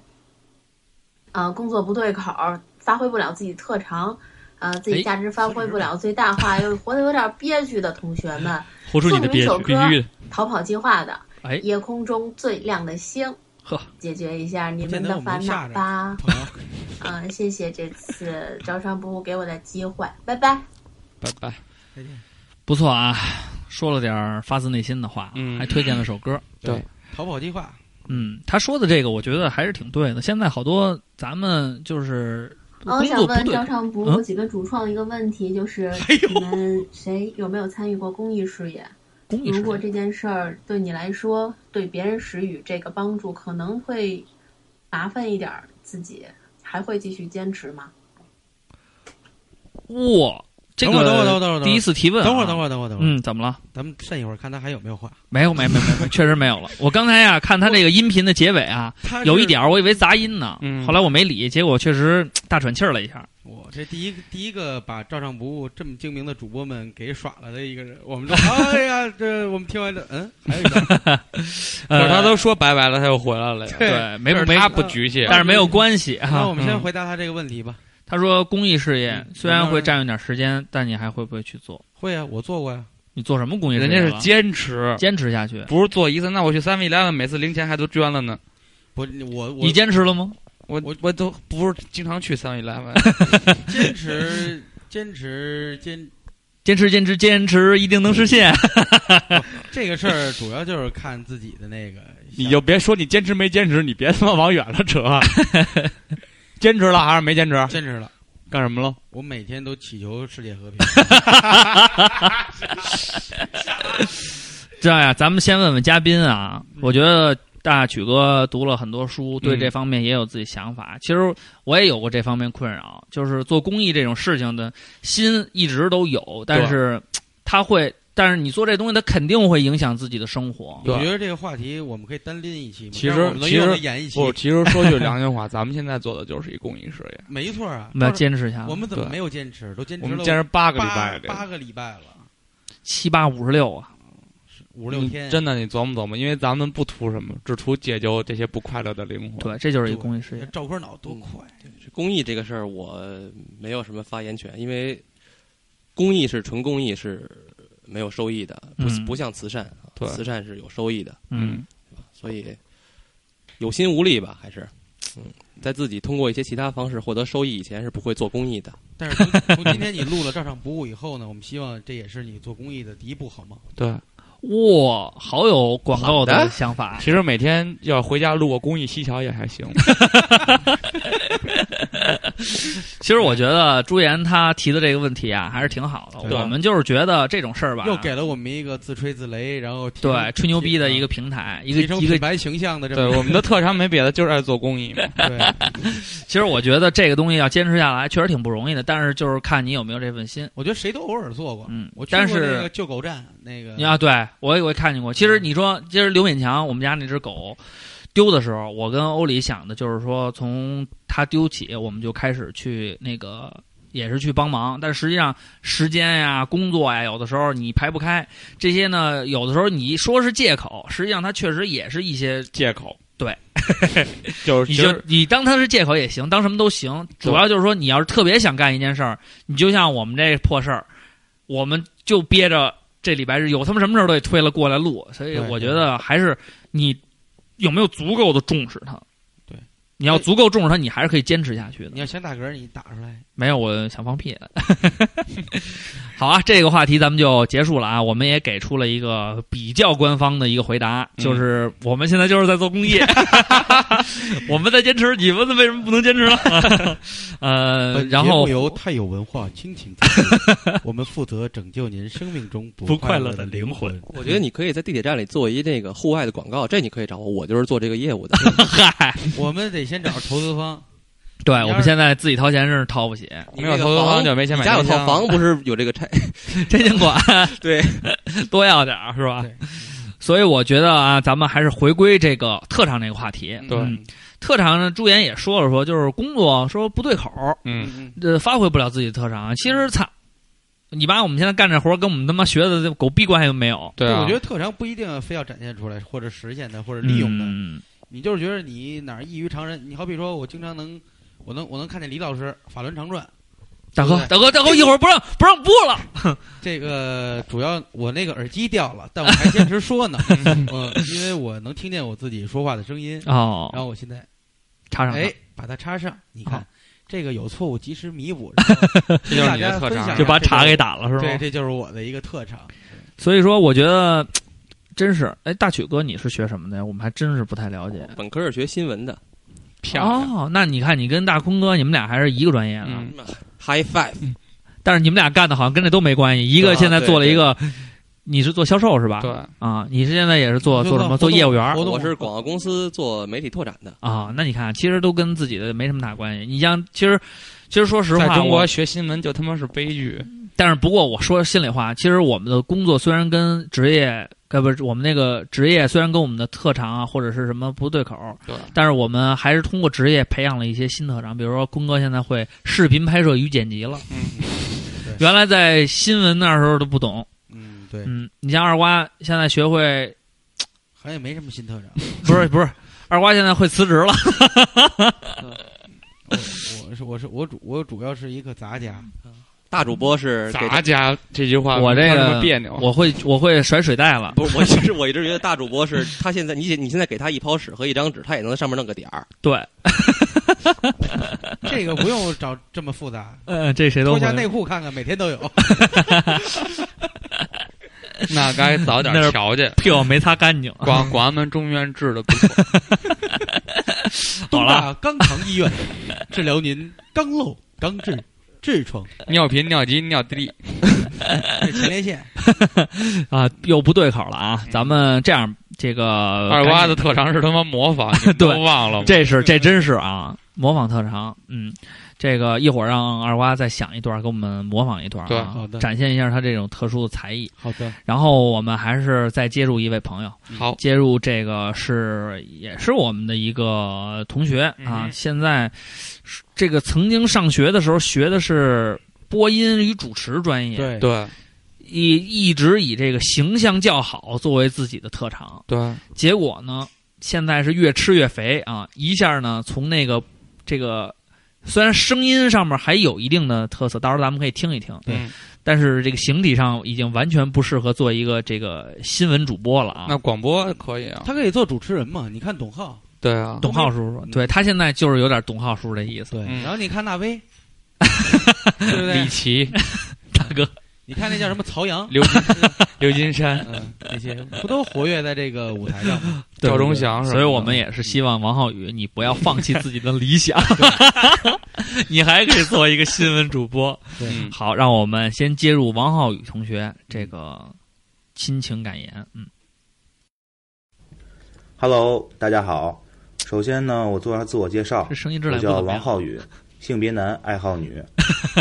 Speaker 8: 呃工作不对口儿，发挥不了自己特长，呃自己
Speaker 3: 哎
Speaker 8: 价值发挥不了最大化，又活得有点憋屈的同学们，
Speaker 3: 豁出你的憋
Speaker 8: 送
Speaker 3: 屈，
Speaker 8: 你
Speaker 7: 必
Speaker 8: 一首歌
Speaker 7: 须的，
Speaker 8: 逃跑计划的
Speaker 3: 哎
Speaker 8: 《夜空中最亮的星》，
Speaker 3: 呵，
Speaker 8: 解决一下你们
Speaker 5: 现在
Speaker 8: 的
Speaker 5: 我们
Speaker 8: 烦
Speaker 5: 都
Speaker 8: 恼
Speaker 5: 吓着
Speaker 8: 吧。
Speaker 5: 朋友
Speaker 8: 嗯，谢谢这次招商部给我的机会，拜拜。
Speaker 7: 拜拜。
Speaker 5: 再见
Speaker 3: 不错啊，说了点儿发自内心的话，
Speaker 7: 嗯
Speaker 3: 还推荐了首歌。
Speaker 5: 逃跑计划，
Speaker 3: 嗯，他说的这个，我觉得还是挺对的。现在好多咱们就是
Speaker 8: 我
Speaker 3: 工
Speaker 8: 嗯想
Speaker 3: 作不
Speaker 8: 哦问
Speaker 3: 对
Speaker 8: 招，商部
Speaker 3: 嗯哎
Speaker 8: 几个主创一个问题，就是你们谁有没有参与过公益事业？
Speaker 3: 公益
Speaker 8: 如
Speaker 3: 事
Speaker 8: 果
Speaker 3: 业
Speaker 8: 这件事儿对你来说，对别人施予这个帮助，可能会麻烦一点儿，自己还会继续坚持吗？
Speaker 3: 哇，这个
Speaker 5: 等会儿等会儿等会儿等会儿
Speaker 3: 第一次提问、
Speaker 5: 等会儿等
Speaker 3: 儿，
Speaker 5: 会儿等会儿等会儿，
Speaker 3: 嗯，怎么了？
Speaker 5: 咱们站一会儿看他还有没有话。
Speaker 3: 没有，没有没有没有，确实没有了。我刚才呀、看他这个音频的结尾啊，
Speaker 5: 他
Speaker 3: 有一
Speaker 5: 是
Speaker 3: 点儿我以为杂音呢，
Speaker 7: 嗯
Speaker 3: 后来我没理，结果确实大喘气儿了一下。
Speaker 5: 我这第一个第一个把照常不误这么精明的主播们给耍了的一个人，我们这哎呀，这我们听完这，嗯，还有一个，
Speaker 7: 可是他
Speaker 3: 呃
Speaker 7: 都说拜拜了，他又回来了呀。
Speaker 5: 对
Speaker 3: 对，没
Speaker 7: 就是
Speaker 3: 没
Speaker 7: 他不局限，
Speaker 3: 但是没有关系哈。
Speaker 5: 那我们先
Speaker 3: 嗯
Speaker 5: 回答他这个问题吧。
Speaker 3: 他说公益事业
Speaker 5: 嗯
Speaker 3: 虽然会占用点时间，但你还会不会去做？
Speaker 5: 会啊，我做过呀，
Speaker 3: 你做什么工业
Speaker 7: 人
Speaker 3: 水
Speaker 7: 家
Speaker 3: 平
Speaker 7: 是
Speaker 3: 了
Speaker 7: 坚持，
Speaker 3: 坚持下去。
Speaker 7: 不是做一次。那我去 Seven Eleven，每次零钱还都捐了呢。
Speaker 5: 不，我我
Speaker 3: 你坚持了吗？
Speaker 7: 我我我都不是经常去 Seven Eleven，
Speaker 5: 坚持坚持坚
Speaker 3: 坚持，坚持，坚持，一定能实 现。
Speaker 5: 这个事儿，主要就是看自己的那个。
Speaker 4: 你就别说你坚持没坚持，你别他妈往远了扯。
Speaker 1: 啊
Speaker 4: 坚持了还是没坚持？
Speaker 5: 坚持了，
Speaker 4: 干什么了？
Speaker 5: 我每天都祈求世界和平。
Speaker 3: 这样呀，啊咱们先问问嘉宾啊。我觉得大曲哥读了很多书，对这方面也有自己想法。其实我也有过这方面困扰，就是做公益这种事情的心一直都有，但是他会，但是你做这东西，它肯定会影响自己的生活。
Speaker 7: 对
Speaker 5: 我觉得这个话题我们可以单拎一期嘛，
Speaker 7: 其实
Speaker 5: 这样我们能
Speaker 7: 其实
Speaker 5: 用来演一期，
Speaker 7: 不，其实说句良心话，咱们现在做的就是一公益事业。
Speaker 5: 没 错啊。
Speaker 3: 我们要
Speaker 5: 到时
Speaker 3: 坚持下
Speaker 5: 候
Speaker 3: 来
Speaker 5: 我。们怎么
Speaker 7: 对
Speaker 5: 没有坚持？都坚
Speaker 4: 我
Speaker 5: 持
Speaker 4: 们
Speaker 5: 了
Speaker 4: 坚持八个礼
Speaker 5: 八
Speaker 4: 拜，这
Speaker 5: 八个礼拜了，
Speaker 3: 七八五十六啊，
Speaker 5: 五六
Speaker 7: 你
Speaker 5: 天。
Speaker 7: 真的，你琢磨琢磨，因为咱们不图什么，只图解救这些不快乐的灵魂。
Speaker 3: 对，这就是一个公益事
Speaker 5: 这
Speaker 3: 业。
Speaker 5: 赵哥脑多快，啊
Speaker 6: 公益这个事儿，我没有什么发言权，因为公益是纯公益是没有收益的，不、
Speaker 3: 嗯
Speaker 6: 不像慈善啊
Speaker 7: 对
Speaker 6: 慈善是有收益的，
Speaker 3: 嗯，
Speaker 6: 所以有心无力吧，还是嗯，在自己通过一些其他方式获得收益以前是不会做公益的。
Speaker 5: 但是从从今天你录了照常不误以后呢，我们希望这也是你做公益的第一步，好吗？
Speaker 7: 对，
Speaker 3: 哇，好有广告
Speaker 7: 好
Speaker 3: 的
Speaker 7: 的
Speaker 3: 想 法。
Speaker 7: 其实每天要回家路过公益西桥也还行。
Speaker 3: 其实我觉得朱岩他提的这个问题啊，还是挺好的。
Speaker 5: 对
Speaker 3: 我们就是觉得这种事儿吧，
Speaker 5: 又给了我们一个自吹自擂，然后提升
Speaker 3: 对吹牛逼的一个平台，一个
Speaker 5: 提升
Speaker 3: 一
Speaker 5: 品
Speaker 3: 个。
Speaker 5: 牌形象的这
Speaker 7: 对，
Speaker 5: 么一个
Speaker 7: 我们的特长没别的，就是爱做公益嘛。
Speaker 5: 对，
Speaker 3: 其实我觉得这个东西要坚持下来，确实挺不容易的。但是就是看你有没有这份心。
Speaker 5: 我觉得谁都偶尔做过。
Speaker 3: 嗯
Speaker 5: 我，去过
Speaker 3: 但
Speaker 5: 那个
Speaker 3: 是
Speaker 5: 救狗站那个，
Speaker 3: 你啊，对我我也看见过。其实你说，其实刘勉强我们家那只狗丢的时候，我跟欧里想的就是说，从它丢起，我们就开始去那个。也是去帮忙，但实际上时间呀、工作呀，有的时候你排不开这些呢。有的时候你说是借口，实际上它确实也是一些
Speaker 7: 借口。
Speaker 3: 对，
Speaker 7: 就是
Speaker 3: 你
Speaker 7: 其
Speaker 3: 就
Speaker 7: 实
Speaker 3: 你当它是借口也行，当什么都行。主要就是说，你要是特别想干一件事儿，你就像我们这破事儿，我们就憋着这礼拜日有他妈什么事儿都得推了过来录。所以
Speaker 5: 对
Speaker 3: 我觉得还是你有没有足够的重视它。
Speaker 5: 对，
Speaker 3: 你要足够重视它，你还是可以坚持下去
Speaker 5: 你
Speaker 3: 的。
Speaker 5: 要想打嗝，你打出来。
Speaker 3: 没有，我想放屁。 好啊，这个话题咱们就结束了啊。我们也给出了一个比较官方的一个回答，
Speaker 7: 嗯
Speaker 3: 就是我们现在就是在做公益， 我们在坚持，你们为什么不能坚持呢？ 呃，然
Speaker 5: 本节
Speaker 3: 后
Speaker 5: 目由太有文化亲情赞 助，我们负责拯救您生命中不
Speaker 3: 不快乐
Speaker 5: 乐
Speaker 3: 的灵
Speaker 5: 灵魂。
Speaker 6: 我觉得你可以在地铁站里做一这个户外的广告，这你可以找我，我就是做这个业务的。
Speaker 7: 嗯
Speaker 3: 嗨，
Speaker 5: 我们得先找投 资方，
Speaker 3: 对
Speaker 5: 你要
Speaker 3: 我们
Speaker 5: 是
Speaker 3: 现在自己掏钱是掏不起，
Speaker 6: 你
Speaker 7: 没有
Speaker 6: 那个
Speaker 7: 投资
Speaker 6: 房
Speaker 7: 方就没钱
Speaker 6: 你
Speaker 7: 买啊
Speaker 6: 家有
Speaker 7: 冰
Speaker 6: 套
Speaker 7: 箱
Speaker 6: 房不是有这个拆？
Speaker 3: 拆迁款
Speaker 6: 对，
Speaker 3: 多要点儿是吧
Speaker 5: 对？
Speaker 3: 所以我觉得啊，咱们还是回归这个特长这个话题。
Speaker 7: 对
Speaker 3: 嗯特长呢，朱岩也说了说，就是工作说不对口儿，
Speaker 7: 嗯，
Speaker 5: 嗯，
Speaker 3: 呃，发挥不了自己的特长。啊其实，操，你把我们现在干这活儿跟我们他妈学的这狗逼关系都没有，
Speaker 7: 对啊，
Speaker 5: 我觉得特长不一定非要展现出来，或者实现它，或者利用它。
Speaker 3: 嗯
Speaker 5: 你就是觉得你哪儿异于常人，你好比说我经常能，我能我能看见李老师法轮常转，
Speaker 3: 大哥，
Speaker 5: 对
Speaker 3: 大哥，大哥，一会儿不让不让播了。
Speaker 5: 这个主要我那个耳机掉了，但我还坚持 说呢，嗯，因为我能听见我自己说话的声音，
Speaker 3: 哦，
Speaker 5: 然后我现在
Speaker 3: 插上了
Speaker 5: 哎把它插上，你看、
Speaker 3: 哦
Speaker 5: 这个有错误及时弥补，然后
Speaker 7: 这就是你的特
Speaker 5: 跟大家分享
Speaker 7: 长
Speaker 5: 一
Speaker 3: 就
Speaker 5: 下。
Speaker 3: 把茶给打了是吗？
Speaker 5: 对，这就是我的一个特长。
Speaker 3: 所以说，我觉得真是，哎，大曲哥，你是学什么的呀？我们还真是不太了解。
Speaker 6: 本科是学新闻哦的。
Speaker 7: 漂亮。
Speaker 3: 哦，那你看，你跟大坤哥，你们俩还是一个专业的，啊
Speaker 7: 嗯，
Speaker 6: High five！
Speaker 3: 但是你们俩干的好像跟这都没关系。一个
Speaker 6: 啊
Speaker 3: 现在
Speaker 6: 对
Speaker 3: 做了一
Speaker 6: 对
Speaker 3: 个，你是做销售是吧？
Speaker 7: 对，
Speaker 3: 啊，你是现在也是做做什么？
Speaker 5: 活动
Speaker 3: 做业务员儿
Speaker 5: 活动
Speaker 6: 我是广告公司做媒体拓展的。
Speaker 3: 啊？那你看，其实都跟自己的没什么大关系。你像，其实其实说实
Speaker 7: 在
Speaker 3: 话，
Speaker 7: 中
Speaker 3: 我
Speaker 7: 国学新闻就他妈是悲剧。
Speaker 3: 但是不过我说心里话，其实我们的工作虽然跟职业，呃，不是我们那个职业虽然跟我们的特长啊或者是什么不对口，
Speaker 7: 对，
Speaker 3: 但是我们还是通过职业培养了一些新特长，比如说坤哥现在会视频拍摄与剪辑了，
Speaker 7: 嗯，
Speaker 3: 原来在新闻那时候都不懂，
Speaker 5: 嗯，对，
Speaker 3: 嗯，你像二瓜现在学会
Speaker 5: 好像也没什么新特长。
Speaker 3: 不 是不是，二瓜现在会辞职了，
Speaker 5: 我我是我是我主我主要是一个杂家，
Speaker 6: 大主 播是给
Speaker 7: 咱家这句话
Speaker 3: 我这
Speaker 7: 没那
Speaker 3: 个
Speaker 7: 么别扭，
Speaker 3: 我会我会甩水袋了。
Speaker 6: 不是，我其实我一直觉得大主播是他现在你你现在给他一泡屎和一张纸，他也能在上面弄个点儿。
Speaker 3: 对，
Speaker 5: 这个不用找这么复 杂，
Speaker 3: 呃，这谁都
Speaker 5: 脱
Speaker 3: 会
Speaker 5: 下内裤看看，每天都有。
Speaker 7: 那该早点
Speaker 3: 那啊是
Speaker 7: 瞧去。
Speaker 3: 屁股没擦干净。
Speaker 7: 广广安门中院治的不 错，
Speaker 3: 好
Speaker 5: 东
Speaker 3: 了，
Speaker 5: 大肛肠医 院治疗您肛瘘、肛痔、痔疮。
Speaker 7: 尿频、尿急、尿滴。
Speaker 5: 这前列腺，
Speaker 3: 啊，又不对口了啊！咱们这样，这个
Speaker 7: 嗯二瓜
Speaker 3: 赶紧
Speaker 7: 的特长是他妈模仿， 你们
Speaker 3: 对
Speaker 7: 都忘了吗？
Speaker 3: 这是这真是啊，模仿特长。嗯，这个一会儿让二瓜再想一段，给我们模仿一段
Speaker 7: 对
Speaker 3: 啊
Speaker 5: 好，的
Speaker 3: 展现一下他这种特殊的才艺。
Speaker 5: 好的，
Speaker 3: 然后我们还是再接入一位朋友，
Speaker 7: 嗯好，
Speaker 3: 接入这个是也是我们的一个同学啊，
Speaker 7: 嗯
Speaker 3: 现在是这个曾经上学的时候学的是播音与主持专业，
Speaker 5: 对，
Speaker 7: 对
Speaker 3: 一一直以这个形象较好作为自己的特长。
Speaker 7: 对，
Speaker 3: 结果呢，现在是越吃越肥啊，一下呢从那个这个虽然声音上面还有一定的特色，到时候咱们可以听一听，
Speaker 7: 嗯，
Speaker 3: 但是这个形体上已经完全不适合做一个这个新闻主播了啊
Speaker 7: 那。广播可以啊，
Speaker 5: 他可以做主持人嘛？你看董浩，
Speaker 7: 对啊，
Speaker 3: 董浩叔叔，
Speaker 5: 嗯
Speaker 3: 对他现在就是有点董浩叔叔的意思，
Speaker 5: 对
Speaker 7: 嗯
Speaker 5: 然后你看纳威，对不
Speaker 7: 李
Speaker 5: 对？
Speaker 7: 琦、
Speaker 3: 大哥，
Speaker 5: 你看那叫什么曹阳，
Speaker 7: 刘金刘金山、
Speaker 5: 嗯，那些不都活跃在这个舞台上吗？
Speaker 3: 对
Speaker 7: 赵忠祥嗯什么的，
Speaker 3: 所以我们也是希望王浩宇，你不要放弃自己的理想， 你还可以做一个新闻主播。
Speaker 7: 嗯
Speaker 3: 好，让我们先接入王浩宇同学这个亲情感言，嗯。
Speaker 9: Hello，大家好。首先呢，我做一下自我介绍
Speaker 3: 这，声音质
Speaker 9: 我
Speaker 3: 量不
Speaker 9: 叫
Speaker 3: 怎么
Speaker 9: 王
Speaker 3: 样。
Speaker 9: 浩宇，性别男，爱好 女，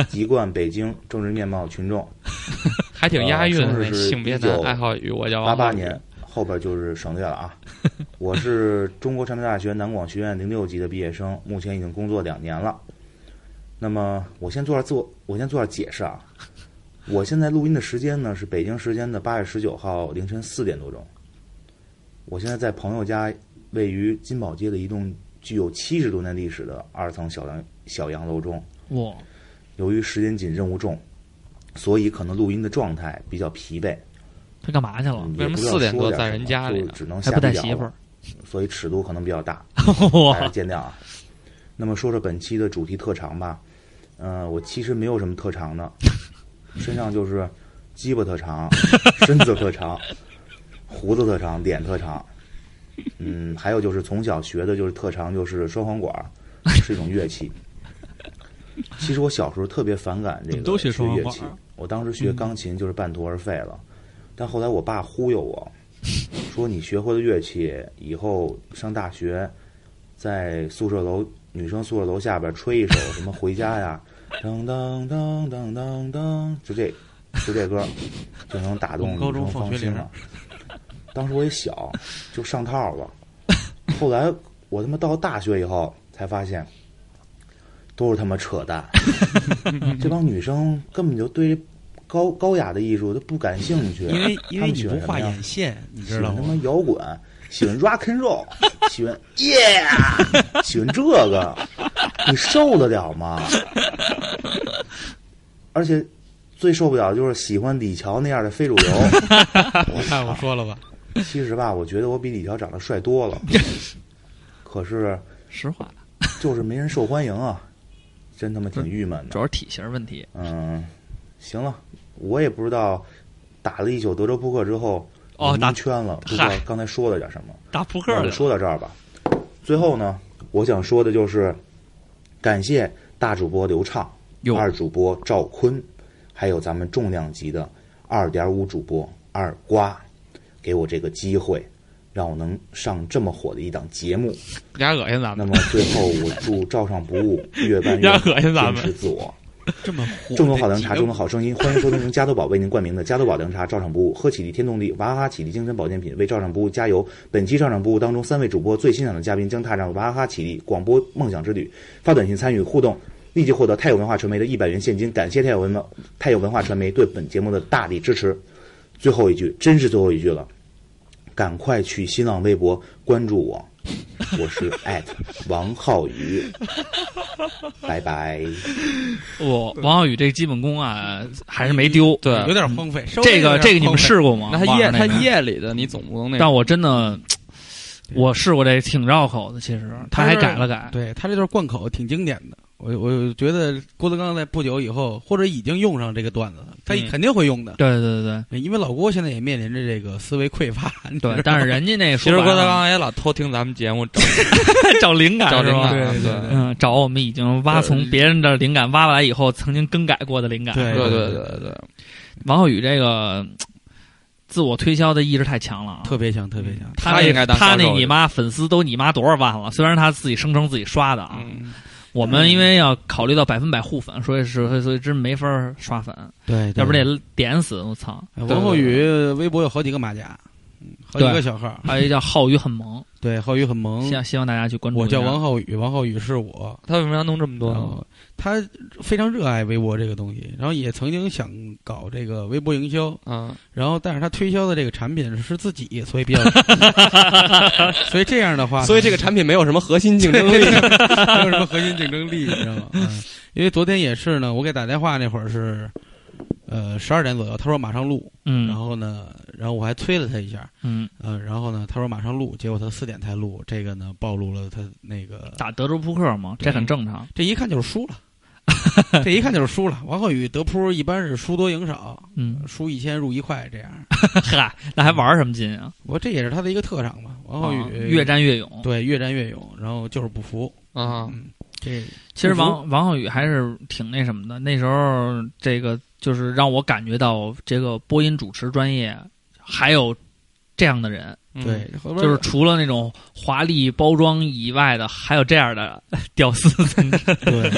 Speaker 9: 籍贯北京，政治面貌群众。
Speaker 7: 还挺押韵
Speaker 9: 呃生
Speaker 7: 的，
Speaker 9: 日是
Speaker 7: 性别男
Speaker 9: 19
Speaker 7: 爱好语，我叫
Speaker 9: 八
Speaker 7: 王浩
Speaker 9: 八
Speaker 7: 宇
Speaker 9: 年，后边就是省略了啊。我是中国传媒大学南广学院零六级的毕业生，目前已经工作两年了。那么我先做点自我，我先做点解释啊。我现在录音的时间呢是北京时间的八月十九号凌晨四点多钟。我现在在朋友家，位于金宝街的一栋具有七十多年历史的二层小洋小洋楼中。
Speaker 3: 哇，
Speaker 9: 由于时间紧，任务重，所以可能录音的状态比较疲惫。
Speaker 3: 他干嘛去了？
Speaker 9: 嗯也
Speaker 7: 哦为什么
Speaker 9: 不知道
Speaker 7: 4点
Speaker 9: 说
Speaker 7: 多
Speaker 9: 点
Speaker 7: 在
Speaker 9: 什
Speaker 7: 人
Speaker 9: 么
Speaker 7: 家里
Speaker 9: 就
Speaker 7: 呢
Speaker 9: 只能
Speaker 3: 还
Speaker 9: 下
Speaker 3: 不带
Speaker 9: 不了
Speaker 3: 媳妇
Speaker 9: 了
Speaker 3: 儿？
Speaker 9: 所以尺度可能比较大，大家
Speaker 3: 哇，
Speaker 9: 见谅啊。那么说说本期的主题特长吧，呃，我其实没有什么特长的，身上就是鸡巴特长、身子特长、胡子特长、脸特长，嗯，还有就是从小学的就是特长就是双簧管儿，是一种乐器。其实我小时候特别反感这
Speaker 3: 怎
Speaker 9: 个
Speaker 3: 么都学双簧
Speaker 9: 乐
Speaker 3: 管
Speaker 9: 器
Speaker 3: 儿，啊
Speaker 9: 我当时学钢琴就是半途而废了，但后来我爸忽悠我说你学会了乐器以后上大学，在宿舍楼女生宿舍楼下边吹一首什么回家呀， 噔噔噔噔噔噔，就这就这歌就能打
Speaker 5: 我
Speaker 9: 动
Speaker 5: 们
Speaker 9: 女
Speaker 5: 高中
Speaker 9: 生
Speaker 5: 放
Speaker 9: 芳
Speaker 5: 学
Speaker 9: 心
Speaker 5: 铃
Speaker 9: 了。当时我也小，就上套了。后来我他妈到大学以后才发现，都是他妈扯淡。 这帮女生根本就对高高雅的艺术都不感兴趣，
Speaker 5: 因为因为
Speaker 9: 她们
Speaker 5: 你
Speaker 9: 喜
Speaker 5: 不
Speaker 9: 欢什
Speaker 5: 画
Speaker 9: 么呀
Speaker 5: 眼线，你
Speaker 9: 喜
Speaker 5: 知道
Speaker 9: 欢他妈
Speaker 5: 吗？
Speaker 9: 摇滚，喜欢 rock and roll，喜 欢 yeah，喜 欢这个，你受得了吗？而且最受不了的就是喜欢李乔那样的非主 流。
Speaker 5: 我看我说了吧，
Speaker 9: 其实吧，我觉得我比李乔长得帅多了，可是
Speaker 3: 实话，
Speaker 9: 就是没人受欢迎啊，真他妈挺郁闷
Speaker 3: 主
Speaker 9: 的。
Speaker 3: 要是体型问题。
Speaker 9: 嗯，行了，我也不知道打了一宿德州扑克之后，
Speaker 3: 哦
Speaker 9: 我
Speaker 3: 打
Speaker 9: 蒙圈了，不知道
Speaker 3: 嗨
Speaker 9: 刚才说了点什么。
Speaker 3: 打扑克
Speaker 9: 那
Speaker 3: 去
Speaker 9: 就
Speaker 3: 了
Speaker 9: 说到这儿吧。最后呢，我想说的就是，感谢大主播刘畅、
Speaker 3: 哟
Speaker 9: 二主播赵坤，还有咱们重量级的二点五主播二瓜，给我这个机会，让我能上这么火的一档节目。
Speaker 7: 俩恶心咱
Speaker 9: 那
Speaker 7: 们，
Speaker 9: 么最后，我祝照上不误，越办越
Speaker 7: 呀
Speaker 9: 好，
Speaker 7: 恶心咱们
Speaker 9: 坚持自我。
Speaker 5: 这么火，
Speaker 9: 正宗好凉茶，正宗好声音，欢迎收听由加多宝为您冠名的加多宝凉茶，照常不误，喝起立天动力，娃哈哈起立精神保健品，为照常不误加油。本期照常不误当中，三位主播最欣赏的嘉宾将踏上娃哈哈起立广播梦想之旅，发短信参与互动，立即获得太有文化传媒的一百元现金，感谢太有文太有文化传媒对本节目的大力支持。最后一句，真是最后一句了，赶快去新浪微博关注我，我是艾特王浩宇，拜拜。
Speaker 3: 我王浩宇这基本功啊还是没丢。
Speaker 7: 对
Speaker 5: 有点荒废。稍微
Speaker 3: 这
Speaker 5: 有
Speaker 3: 个
Speaker 5: 点
Speaker 3: 这个你
Speaker 5: 荒
Speaker 3: 们
Speaker 5: 废，
Speaker 3: 试过吗？
Speaker 7: 那他
Speaker 3: 网
Speaker 7: 夜
Speaker 3: 上
Speaker 7: 他
Speaker 3: 那个
Speaker 7: 夜里的，你总不能那
Speaker 3: 但
Speaker 7: 个。
Speaker 3: 我真的，我试过这挺绕口的，其实他还
Speaker 5: 但是
Speaker 3: 改了改。
Speaker 5: 对他这段贯口挺经典的。我我觉得郭德纲在不久以后，或者已经用上这个段子了，他
Speaker 3: 嗯
Speaker 5: 肯定会用的，
Speaker 3: 对对对
Speaker 5: 因为老郭现在也面临着这个思维匮乏。你
Speaker 3: 对
Speaker 5: 知道吗
Speaker 3: 对，但是人家那
Speaker 7: 其
Speaker 3: 说
Speaker 7: 实
Speaker 3: 白
Speaker 7: 郭德
Speaker 3: 了
Speaker 7: 纲也老偷听咱们节目，找
Speaker 3: 找灵感
Speaker 7: 找
Speaker 3: 是
Speaker 7: 灵
Speaker 3: 吧
Speaker 7: 感。
Speaker 5: 对对
Speaker 7: 对
Speaker 3: 嗯，找我们已经挖从别人的灵感挖来以后，曾经更改过的灵感。
Speaker 5: 哎对
Speaker 7: 对对对对，
Speaker 3: 王浩宇这个嘖自我推销的意志太强了啊，
Speaker 5: 特别强，特别强。
Speaker 3: 他
Speaker 7: 他
Speaker 3: 那
Speaker 7: 应该当
Speaker 3: 他
Speaker 7: 销
Speaker 3: 那
Speaker 7: 售
Speaker 3: 你
Speaker 7: 的
Speaker 3: 妈粉丝都你妈多少万了？虽然他自己声称自己刷的啊，
Speaker 7: 嗯，
Speaker 3: 我们因为要考虑到百分百互粉，所以是所以真没法儿刷粉，
Speaker 5: 对，
Speaker 3: 要不
Speaker 5: 这
Speaker 3: 然得点死我操！
Speaker 5: 王浩宇微博有好几个马甲，嗯好几
Speaker 3: 对
Speaker 5: 个小号。
Speaker 3: 还有一个叫浩宇很萌，
Speaker 5: 对，浩宇很萌
Speaker 3: 希。望希望大家去关注一
Speaker 5: 我
Speaker 3: 下。
Speaker 5: 叫王浩宇，啊王浩宇是我。
Speaker 7: 他为什么要弄这么多
Speaker 5: 然
Speaker 7: 呢？
Speaker 5: 后他非常热爱微博这个东西，然后也曾经想搞这个微博营销，
Speaker 7: 啊，
Speaker 5: 然后但是他推销的这个产品是自己，所以 比较，所以这样的话，
Speaker 6: 所以这个产品没有什么核心竞争
Speaker 5: 没
Speaker 6: 力。
Speaker 5: 有什么核心竞争力，你知道 吗？嗯因为昨天也是呢，我给打电话那会儿是，呃，十二点左右，他说马上录，
Speaker 3: 嗯，
Speaker 5: 然后呢，然后我还催了他一下，
Speaker 3: 嗯，
Speaker 5: 呃，然后呢，他说马上录，结果他四点才录，这个呢暴露了他那个，
Speaker 3: 打德州扑克嘛，这很正常。
Speaker 5: 这一看就是 输了，这一看就是输了。王浩宇德扑一般是输多赢少，
Speaker 3: 嗯，
Speaker 5: 输一千入一块这样，
Speaker 3: 嗨，那还玩什么劲啊？
Speaker 5: 我这也是他的一个特长嘛。王浩宇、
Speaker 3: 啊越战越勇。
Speaker 5: 对越战越勇，然后就是不服
Speaker 7: 啊，
Speaker 5: 嗯，这
Speaker 3: 其实
Speaker 5: 不服
Speaker 3: 王王浩宇还是挺那什么的，那时候这个就是让我感觉到这个播音主持专业还有这样的人，
Speaker 7: 嗯
Speaker 5: 对，后边
Speaker 3: 就是除了那种华丽包装以外的，还有这样的 屌丝。
Speaker 5: 对，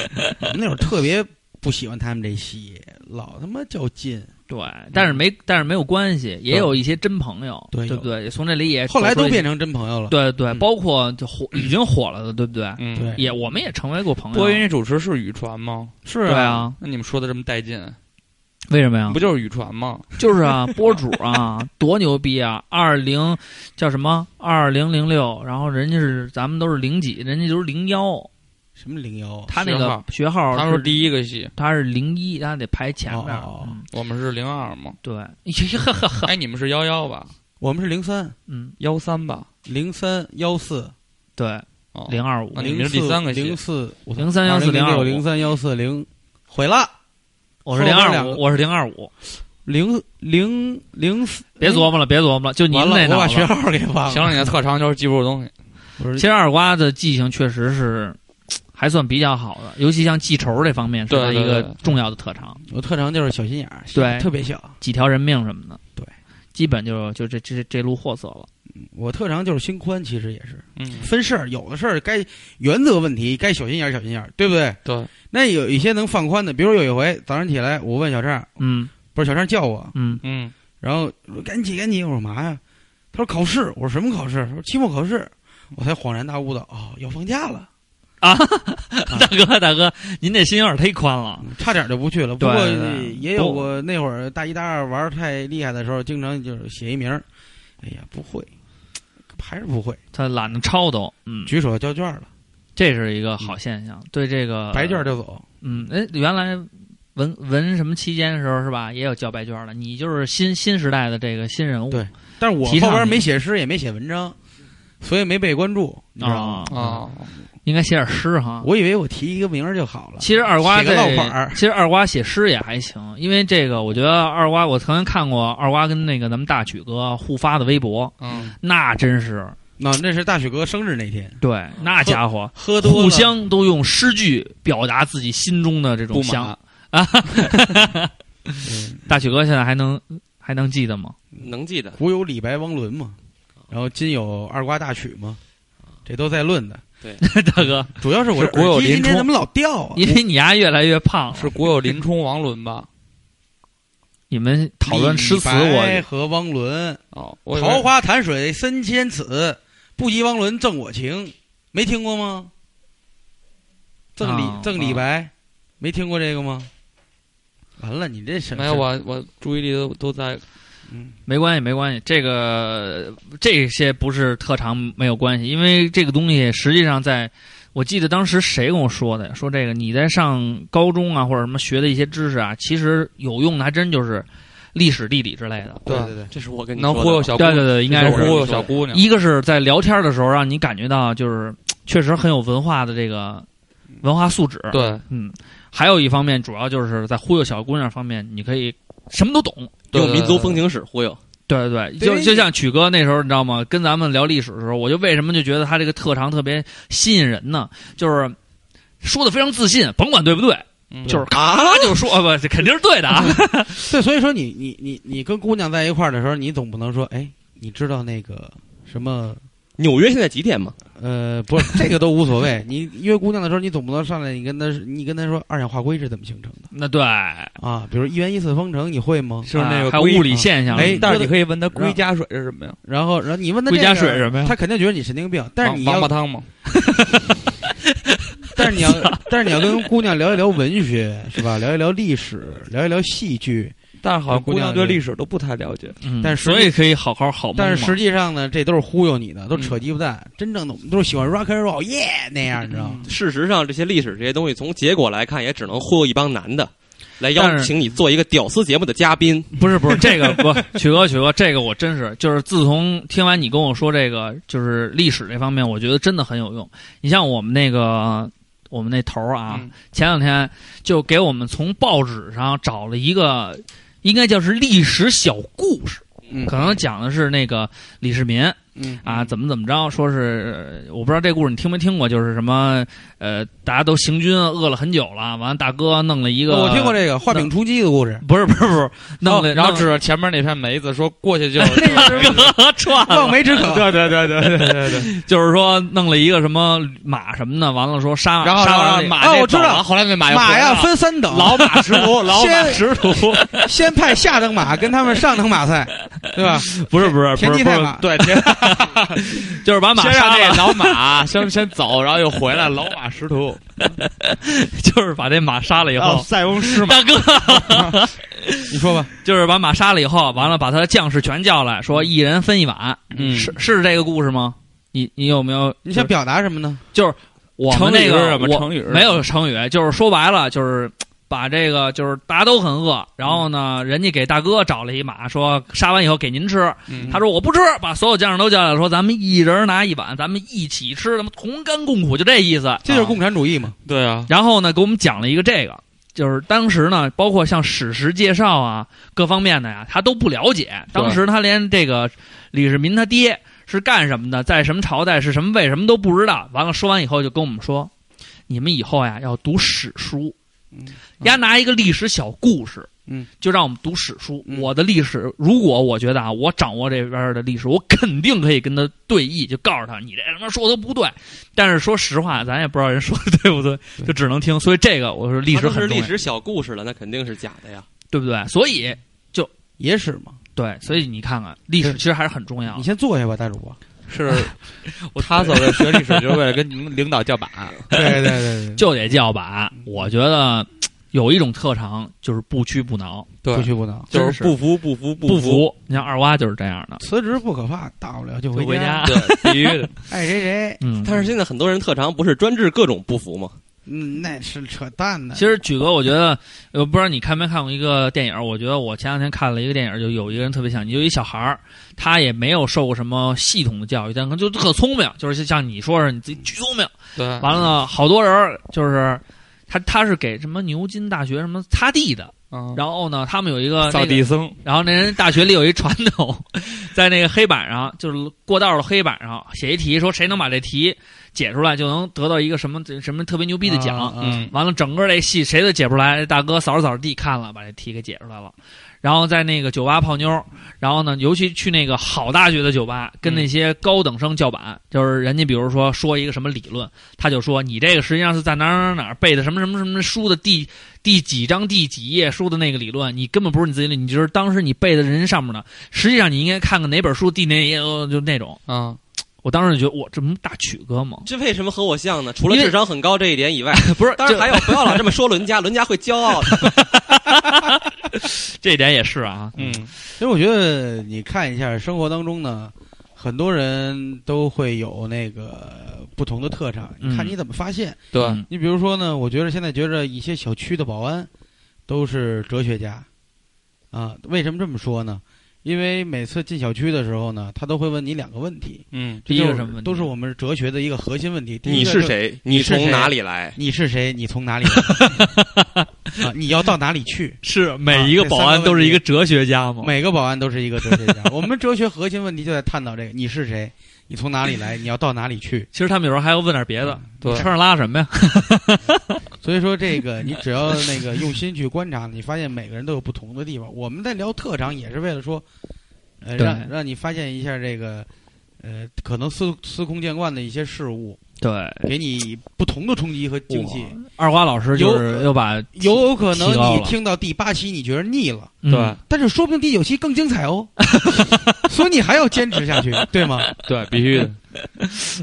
Speaker 5: 那会儿特别不喜欢他们这戏，老他妈较劲。
Speaker 3: 对，但是没但是没有关系，也有一些真朋友，
Speaker 5: 嗯对
Speaker 3: 对不对？也从这里也
Speaker 5: 后来
Speaker 3: 走出哎
Speaker 5: 都
Speaker 3: 了一
Speaker 5: 变成真朋友了。
Speaker 3: 对对，
Speaker 7: 嗯
Speaker 3: 包括就火已经火了的，对不对？
Speaker 7: 嗯，
Speaker 5: 对
Speaker 3: 也我们也成为过朋友。
Speaker 7: 播音主持是语传吗？
Speaker 5: 是
Speaker 3: 对，啊，
Speaker 7: 那你们说的这么带劲，
Speaker 3: 为什么呀
Speaker 7: 不？就是语传吗？
Speaker 3: 就是啊，播主 啊，多牛逼啊！二零叫什么？二零零六，然后人家是咱们都是零几，人家就是零幺，
Speaker 5: 什么零幺？啊
Speaker 3: 他那
Speaker 7: 学
Speaker 3: 个
Speaker 7: 号
Speaker 3: 学号
Speaker 7: 他说
Speaker 3: 哦是
Speaker 7: 第一个戏，
Speaker 3: 他是零一，他得排前面。
Speaker 5: 哦哦哦
Speaker 3: 嗯，
Speaker 7: 我们是零二嘛
Speaker 3: 对， 呵呵呵，
Speaker 7: 哎，你们是幺幺吧，
Speaker 5: 我们是零三、
Speaker 3: 嗯，
Speaker 7: 幺三吧，
Speaker 5: 零三、幺四、
Speaker 3: 对，
Speaker 7: 哦，
Speaker 3: 零二五
Speaker 7: 那，你
Speaker 5: 零
Speaker 7: 们是第三个戏
Speaker 5: 零四、
Speaker 3: 零三幺四啊零
Speaker 5: 零
Speaker 3: 二
Speaker 5: 零
Speaker 3: 五，
Speaker 5: 三幺四零，毁了。
Speaker 3: 我是
Speaker 5: 后
Speaker 3: 零
Speaker 5: 边
Speaker 3: 二
Speaker 5: 两
Speaker 3: 五
Speaker 5: 个，
Speaker 3: 我是零二五，
Speaker 5: 零零零四，
Speaker 3: 别琢磨了，别琢磨了，就您
Speaker 5: 哎完
Speaker 3: 那
Speaker 5: 了，
Speaker 3: 脑
Speaker 5: 我把学
Speaker 3: 子。
Speaker 5: 号给忘
Speaker 7: 行
Speaker 5: 了。
Speaker 7: 了，你的特长就是记不住东西。
Speaker 5: 不
Speaker 3: 其
Speaker 5: 是，
Speaker 3: 实二瓜的记性确实是还算比较好的，尤其像记仇这方面是他
Speaker 7: 对对
Speaker 3: 一个
Speaker 7: 对
Speaker 3: 重要的特长。
Speaker 5: 我特长就是小心眼儿，
Speaker 3: 对
Speaker 5: 特别小。
Speaker 3: 几条人命什么的，
Speaker 5: 对，
Speaker 3: 基本就就这这这路货色了。
Speaker 5: 我特长就是心宽，其实也是
Speaker 7: 嗯，
Speaker 5: 分事儿，有的事儿该原则问题该小心眼儿，小心眼儿，对不对？
Speaker 7: 对，
Speaker 5: 那有一些能放宽的，比如有一回早上起来，我问小畅，
Speaker 3: 嗯
Speaker 5: 不是小畅叫我，
Speaker 3: 嗯
Speaker 7: 嗯，
Speaker 5: 然后我说赶紧赶紧，我说嘛呀？他说考试，我说什么考试？他说期末考试，我才恍然大悟到，哦，要放假了，
Speaker 3: 啊， 大哥大哥，您这心有点忒宽了。
Speaker 5: 嗯差点就不去了。不
Speaker 3: 对
Speaker 5: 过
Speaker 3: 啊对对
Speaker 5: 也有过那会儿大一大二玩太厉害的时候，经常就是写一名儿，哎呀不会，还是不会，
Speaker 3: 他懒得抄都，嗯，
Speaker 5: 举手交卷了，
Speaker 3: 这是一个好现象。对这个
Speaker 5: 嗯白卷，就走。
Speaker 3: 嗯，哎，原来文文什么期间的时候是吧，也有交白卷的。你就是新新时代的这个新人物，
Speaker 5: 对但是我
Speaker 3: 提倡
Speaker 5: 后边
Speaker 3: 你
Speaker 5: 没写诗，也没写文章，所以没被关注，你知道吗
Speaker 3: 啊？
Speaker 7: 哦，
Speaker 3: 应该写点诗哈。
Speaker 5: 我以为我提一个名儿就好了。
Speaker 3: 啊其实二瓜
Speaker 5: 写个
Speaker 3: 这
Speaker 5: 落款儿，
Speaker 3: 其实二瓜写诗也还行，因为这个，我觉得二瓜，我曾经看过二瓜跟那个咱们大曲哥互发的微博，
Speaker 7: 嗯，
Speaker 3: 那真是
Speaker 5: 那那是大许哥生日那天，
Speaker 3: 对，那家伙
Speaker 5: 喝多了
Speaker 3: 互相都用诗句表达自己心中的这种
Speaker 7: 不
Speaker 3: 想
Speaker 7: 满。
Speaker 3: 啊。 大曲哥现在还能还能记得吗？
Speaker 6: 能记得，
Speaker 5: 古有李白、汪伦嘛，
Speaker 3: 哦
Speaker 5: 然后今有二瓜大曲嘛，这都在论的。
Speaker 3: 大哥，
Speaker 5: 主要是我
Speaker 7: 是古有
Speaker 5: 耳机
Speaker 7: 林
Speaker 5: 今天
Speaker 7: 冲
Speaker 5: 怎么老掉啊？
Speaker 3: 因为你丫越来越胖了，
Speaker 7: 是古有林冲王伦吧？
Speaker 3: 你们讨论诗词，
Speaker 5: 李白
Speaker 3: 我
Speaker 5: 和汪伦，
Speaker 7: 哦，我以为
Speaker 5: 桃花潭水深千尺，不及汪伦赠我情，没听过吗？赠李、
Speaker 3: 啊
Speaker 5: 赠李白，没听过这个吗？完了，你这什么？
Speaker 3: 啊
Speaker 7: 没有，我我注意力都都在
Speaker 5: 嗯
Speaker 3: 没关系，没关系，这个这些不是特长没有关系，因为这个东西实际上在，我记得当时谁跟我说的，说这个你在上高中啊或者什么学的一些知识啊，其实有用的还真就是历史、地理之类的。
Speaker 5: 对对对，
Speaker 6: 这是我跟你
Speaker 7: 能
Speaker 6: 说
Speaker 7: 忽悠
Speaker 6: 的
Speaker 7: 小姑
Speaker 3: 对
Speaker 7: 娘，
Speaker 3: 对对，应该
Speaker 7: 能忽
Speaker 3: 是
Speaker 7: 悠小姑娘。
Speaker 3: 一个是在聊天的时候让你感觉到就是确实很有文化的这个文化素质，
Speaker 7: 对
Speaker 3: 嗯，还有一方面主要就是在忽悠小姑娘方面，你可以什么都懂，
Speaker 7: 对
Speaker 6: 用民族风情史忽悠，
Speaker 3: 对对对，
Speaker 5: 对
Speaker 3: 就就像曲哥那时候，你知道吗？跟咱们聊历史的时候，我就为什么就觉得他这个特长特别吸引人呢？就是说的非常自信，甭管对不
Speaker 5: 啊
Speaker 3: 对，
Speaker 7: 嗯
Speaker 3: 就是咔就说，啊、不，这肯定是对的 啊。
Speaker 5: 对，所以说你你你你跟姑娘在一块儿的时候，你总不能说，哎，你知道那个什么？
Speaker 6: 纽约现在几点嘛？
Speaker 5: 呃，不 是这个都无所谓。你约姑娘的时候，你总不能上来你跟她你跟她说二氧化硅是怎么形成的
Speaker 3: 那对，啊
Speaker 5: 啊？比如一元一次方程，你会吗？
Speaker 7: 就是那个
Speaker 3: 还有
Speaker 7: 龟
Speaker 3: 物理现象，
Speaker 5: 哎
Speaker 7: 但是
Speaker 5: 说的
Speaker 7: 你可以问他
Speaker 5: 让
Speaker 7: 龟加水是什么呀？
Speaker 5: 然后然后你问她
Speaker 3: 归
Speaker 5: 这
Speaker 3: 家
Speaker 5: 个
Speaker 3: 水什么呀？
Speaker 5: 她肯定觉得你神经病。但是
Speaker 7: 王
Speaker 5: 你
Speaker 7: 王八
Speaker 5: 要，
Speaker 7: 汤吗？
Speaker 5: 但是 你要，
Speaker 7: 啊
Speaker 5: 但是你要跟姑娘聊一聊文学，是吧？聊一聊历史，聊一聊戏剧。
Speaker 7: 但是好像
Speaker 5: 姑
Speaker 7: 姑娘
Speaker 5: 娘
Speaker 7: 对
Speaker 5: 就
Speaker 7: 历史都不太了解。
Speaker 3: 嗯
Speaker 5: 但是
Speaker 3: 所以可以好好好蒙
Speaker 5: 但是
Speaker 3: 嘛
Speaker 5: 实际上呢，这都是忽悠你的，都扯鸡巴蛋。
Speaker 7: 嗯
Speaker 5: 真正的我们都是喜欢 rock and roll 耶、那样，你知道吗？
Speaker 6: 事实上，这些历史这些东西，从结果来看，也只能忽悠一帮男的，来邀
Speaker 3: 但是
Speaker 6: 请你做一个屌丝节目的嘉宾。
Speaker 3: 不是不是这个不，曲哥曲哥，这个我真是就是自从听完你跟我说这个就是历史这方面，我觉得真的很有用。你像我们那个我们那头儿啊，
Speaker 7: 嗯
Speaker 3: 前两天就给我们从报纸上找了一个，应该叫是历史小故事，
Speaker 5: 嗯
Speaker 3: 可能讲的是那个李世民
Speaker 5: 嗯
Speaker 3: 啊怎么怎么着，说是呃我不知道这故事你听没听过，就是什么呃大家都行军饿了很久了，完了大哥弄了一个，
Speaker 5: 哦我听过这哦个画饼充饥的故事，
Speaker 3: 不是不是不是，弄了、
Speaker 7: 然后
Speaker 3: 弄
Speaker 7: 指着前面那片梅子说过 去 就
Speaker 3: 了串了
Speaker 5: 望梅止渴。
Speaker 4: 对对对对对对对，
Speaker 3: 就是说弄了一个什么马什么的，完了说杀
Speaker 7: 然后
Speaker 3: 杀
Speaker 7: 然
Speaker 3: 完
Speaker 7: 后
Speaker 3: 了
Speaker 7: 马
Speaker 5: 哦
Speaker 7: 那
Speaker 5: 我知
Speaker 7: 走
Speaker 5: 道
Speaker 7: 了后来那马又
Speaker 5: 马
Speaker 7: 哎回
Speaker 5: 呀
Speaker 7: 来了
Speaker 5: 分三等，
Speaker 7: 老马识 途，老马
Speaker 5: 先
Speaker 7: 识途，
Speaker 5: 先派下 等马跟他们上等马赛，对吧？
Speaker 3: 不是不是
Speaker 5: 田忌赛马，
Speaker 7: 对， 先
Speaker 3: 就是把马
Speaker 7: 先让
Speaker 3: 杀
Speaker 7: 那
Speaker 3: 了，
Speaker 7: 老马先先走，然后又回来，老马识途。
Speaker 3: 就是把这马杀了以后，
Speaker 4: 塞翁失马，
Speaker 3: 大哥
Speaker 5: 你说吧。
Speaker 3: 就是把马杀了以后，完了把他的将士全叫来说，一人分一碗，
Speaker 7: 嗯
Speaker 3: 是是这个故事吗？你你有没有？
Speaker 5: 你想表达什么呢？
Speaker 3: 我
Speaker 7: 成
Speaker 3: 们
Speaker 7: 语
Speaker 3: 那
Speaker 7: 是
Speaker 3: 个
Speaker 7: 什么
Speaker 3: 我
Speaker 7: 成语是
Speaker 3: 没有成语，就是说白了就是。把这个就是大家都很饿，然后呢，人家给大哥找了一马，说杀完以后给您吃，
Speaker 7: 嗯
Speaker 3: 他说我不吃，把所有将士都叫来了，说咱们一人拿一碗，咱们一起吃，咱们同甘共苦，就这意思。
Speaker 5: 这就是共产主义嘛。
Speaker 7: 对啊，
Speaker 3: 然后呢，给我们讲了一个这个，就是当时呢，包括像史实介绍啊，各方面的呀，他都不了解。当时他连这个李世民他爹是干什么的，在什么朝代是什么位，什么都不知道。完了说完以后，就跟我们说，你们以后呀要读史书，
Speaker 6: 嗯
Speaker 3: 丫拿一个历史小故事。
Speaker 5: 嗯，
Speaker 3: 就让我们读史书。
Speaker 5: 嗯
Speaker 3: 我的历史，如果我觉得啊，我掌握这边的历史，我肯定可以跟他对弈，就告诉他你这他妈说的不对。但是说实话，咱也不知道人说的对不对，就只能听。所以这个我说历史
Speaker 6: 他都是
Speaker 3: 很重
Speaker 6: 历
Speaker 3: 要，
Speaker 6: 史小故事了，那肯定是假的呀。
Speaker 3: 对不对？所以
Speaker 5: 野史嘛，
Speaker 3: 对，所以你看看历史其实还是很重要
Speaker 7: 啊
Speaker 5: 你
Speaker 3: 的。
Speaker 5: 先坐下吧，大主 播。
Speaker 7: 是他走的学历史，就是为了跟你们领导叫 板。
Speaker 5: 对对对 对，
Speaker 3: 就得叫板。我觉得有一种特长就是不屈不挠，
Speaker 5: 不
Speaker 7: 对，
Speaker 5: 屈不挠，
Speaker 3: 真
Speaker 6: 就是
Speaker 3: 是
Speaker 6: 不服不服
Speaker 3: 不
Speaker 6: 服，
Speaker 3: 服。你像二娃就是这样的，
Speaker 5: 辞职不可怕，大不了就
Speaker 3: 就回
Speaker 5: 家
Speaker 3: 家。。
Speaker 7: 对，必须的。
Speaker 5: 爱谁谁，
Speaker 3: 嗯，
Speaker 6: 但是现在很多人特长不是专治各种不服吗？
Speaker 5: 嗯，那是扯淡呢。
Speaker 3: 其实举哥，我觉得，呃，不知道你看没看过一个电影？我觉得我前两天看了一个电影，就有一个人特别像你，就一小孩儿，他也没有受过什么系统的教育，但可能就特聪明，就是像你说的，你自己巨聪明。
Speaker 7: 对，啊
Speaker 6: 嗯
Speaker 3: 完了呢，好多人儿就是他，他是给什么牛津大学什么擦地的，
Speaker 7: 嗯，
Speaker 3: 然后呢，他们有一个、那个、
Speaker 7: 扫地僧，
Speaker 3: 然后那人大学里有一传统， 在那个黑板上，就是过道的黑板上写一题，说谁能把这题解出来，就能得到一个什么什么特别牛逼的奖。
Speaker 5: 啊
Speaker 7: 嗯，
Speaker 3: 完了，整个这戏谁都解不出来，大哥扫着扫着地看了，把这题给解出来了。然后在那个酒吧泡妞，然后呢，尤其去那个好大学的酒吧，跟那些高等生叫板，就是人家比如说说一个什么理论，他就说你这个实际上是在哪儿哪儿哪儿背的什么什么什么书的第第几章第几页书的那个理论，你根本不是你自己的，你哦就是当时你背的人上面的，实际上你应该看看哪本书第哪页，呃就那种。
Speaker 7: 啊，
Speaker 3: 我当时就觉得，哇，这不大曲哥吗？
Speaker 6: 这为什么和我像呢？除了
Speaker 3: 因为
Speaker 6: 智商很高这一点以外，
Speaker 3: 不是，
Speaker 6: 当然
Speaker 3: 这
Speaker 6: 还有不要老这么说伦家， 伦家会骄傲的。
Speaker 3: 这一点也是啊，
Speaker 7: 嗯，
Speaker 5: 其实我觉得你看一下生活当中呢，很多人都会有那个不同的特长，
Speaker 3: 嗯
Speaker 5: 看你怎么发现。
Speaker 7: 对，
Speaker 3: 嗯
Speaker 5: 你比如说呢，我觉得现在觉着一些小区的保安都是哲学家，啊，为什么这么说呢？因为每次进小区的时候呢，他都会问你两个问题，
Speaker 7: 嗯，
Speaker 3: 第一个
Speaker 5: 就是
Speaker 3: 什么问题
Speaker 5: 都是我们哲学的一个核心问题。第一
Speaker 6: 你
Speaker 5: 个
Speaker 6: 是
Speaker 5: 就？
Speaker 6: 谁？
Speaker 5: 你
Speaker 6: 你
Speaker 5: 是
Speaker 6: 从
Speaker 5: 谁
Speaker 6: 哪里来？
Speaker 5: 你是谁？你从哪里 来啊？你要到哪里去？
Speaker 3: 是每一啊个保安都是一个哲学家吗？
Speaker 5: 每个保安都是一个哲学 家。我们哲学核心问题就在探讨这个：你是谁？你从哪里 来？你要到哪里去？
Speaker 3: 其实他们有时候还要问点别的，
Speaker 7: 对
Speaker 3: 你车上拉什么呀？
Speaker 5: 所以说，这个你只要那个用心去观察，你发现每个人都有不同的地方。我们在聊特长，也是为了说，呃，
Speaker 3: 对
Speaker 5: 让让你发现一下这个，呃，可能司司空见惯的一些事物，
Speaker 3: 对，
Speaker 5: 给你不同的冲击和惊喜。
Speaker 3: 二瓜老师就是
Speaker 5: 有
Speaker 3: 又把
Speaker 5: 有可能
Speaker 3: 提高
Speaker 5: 你
Speaker 3: 了
Speaker 5: 听到第八期，你觉得腻了，
Speaker 3: 嗯
Speaker 7: 对
Speaker 5: 但是说不定第九期更精 彩哦，所以你还要坚持下去，对吗？
Speaker 7: 对，必须的，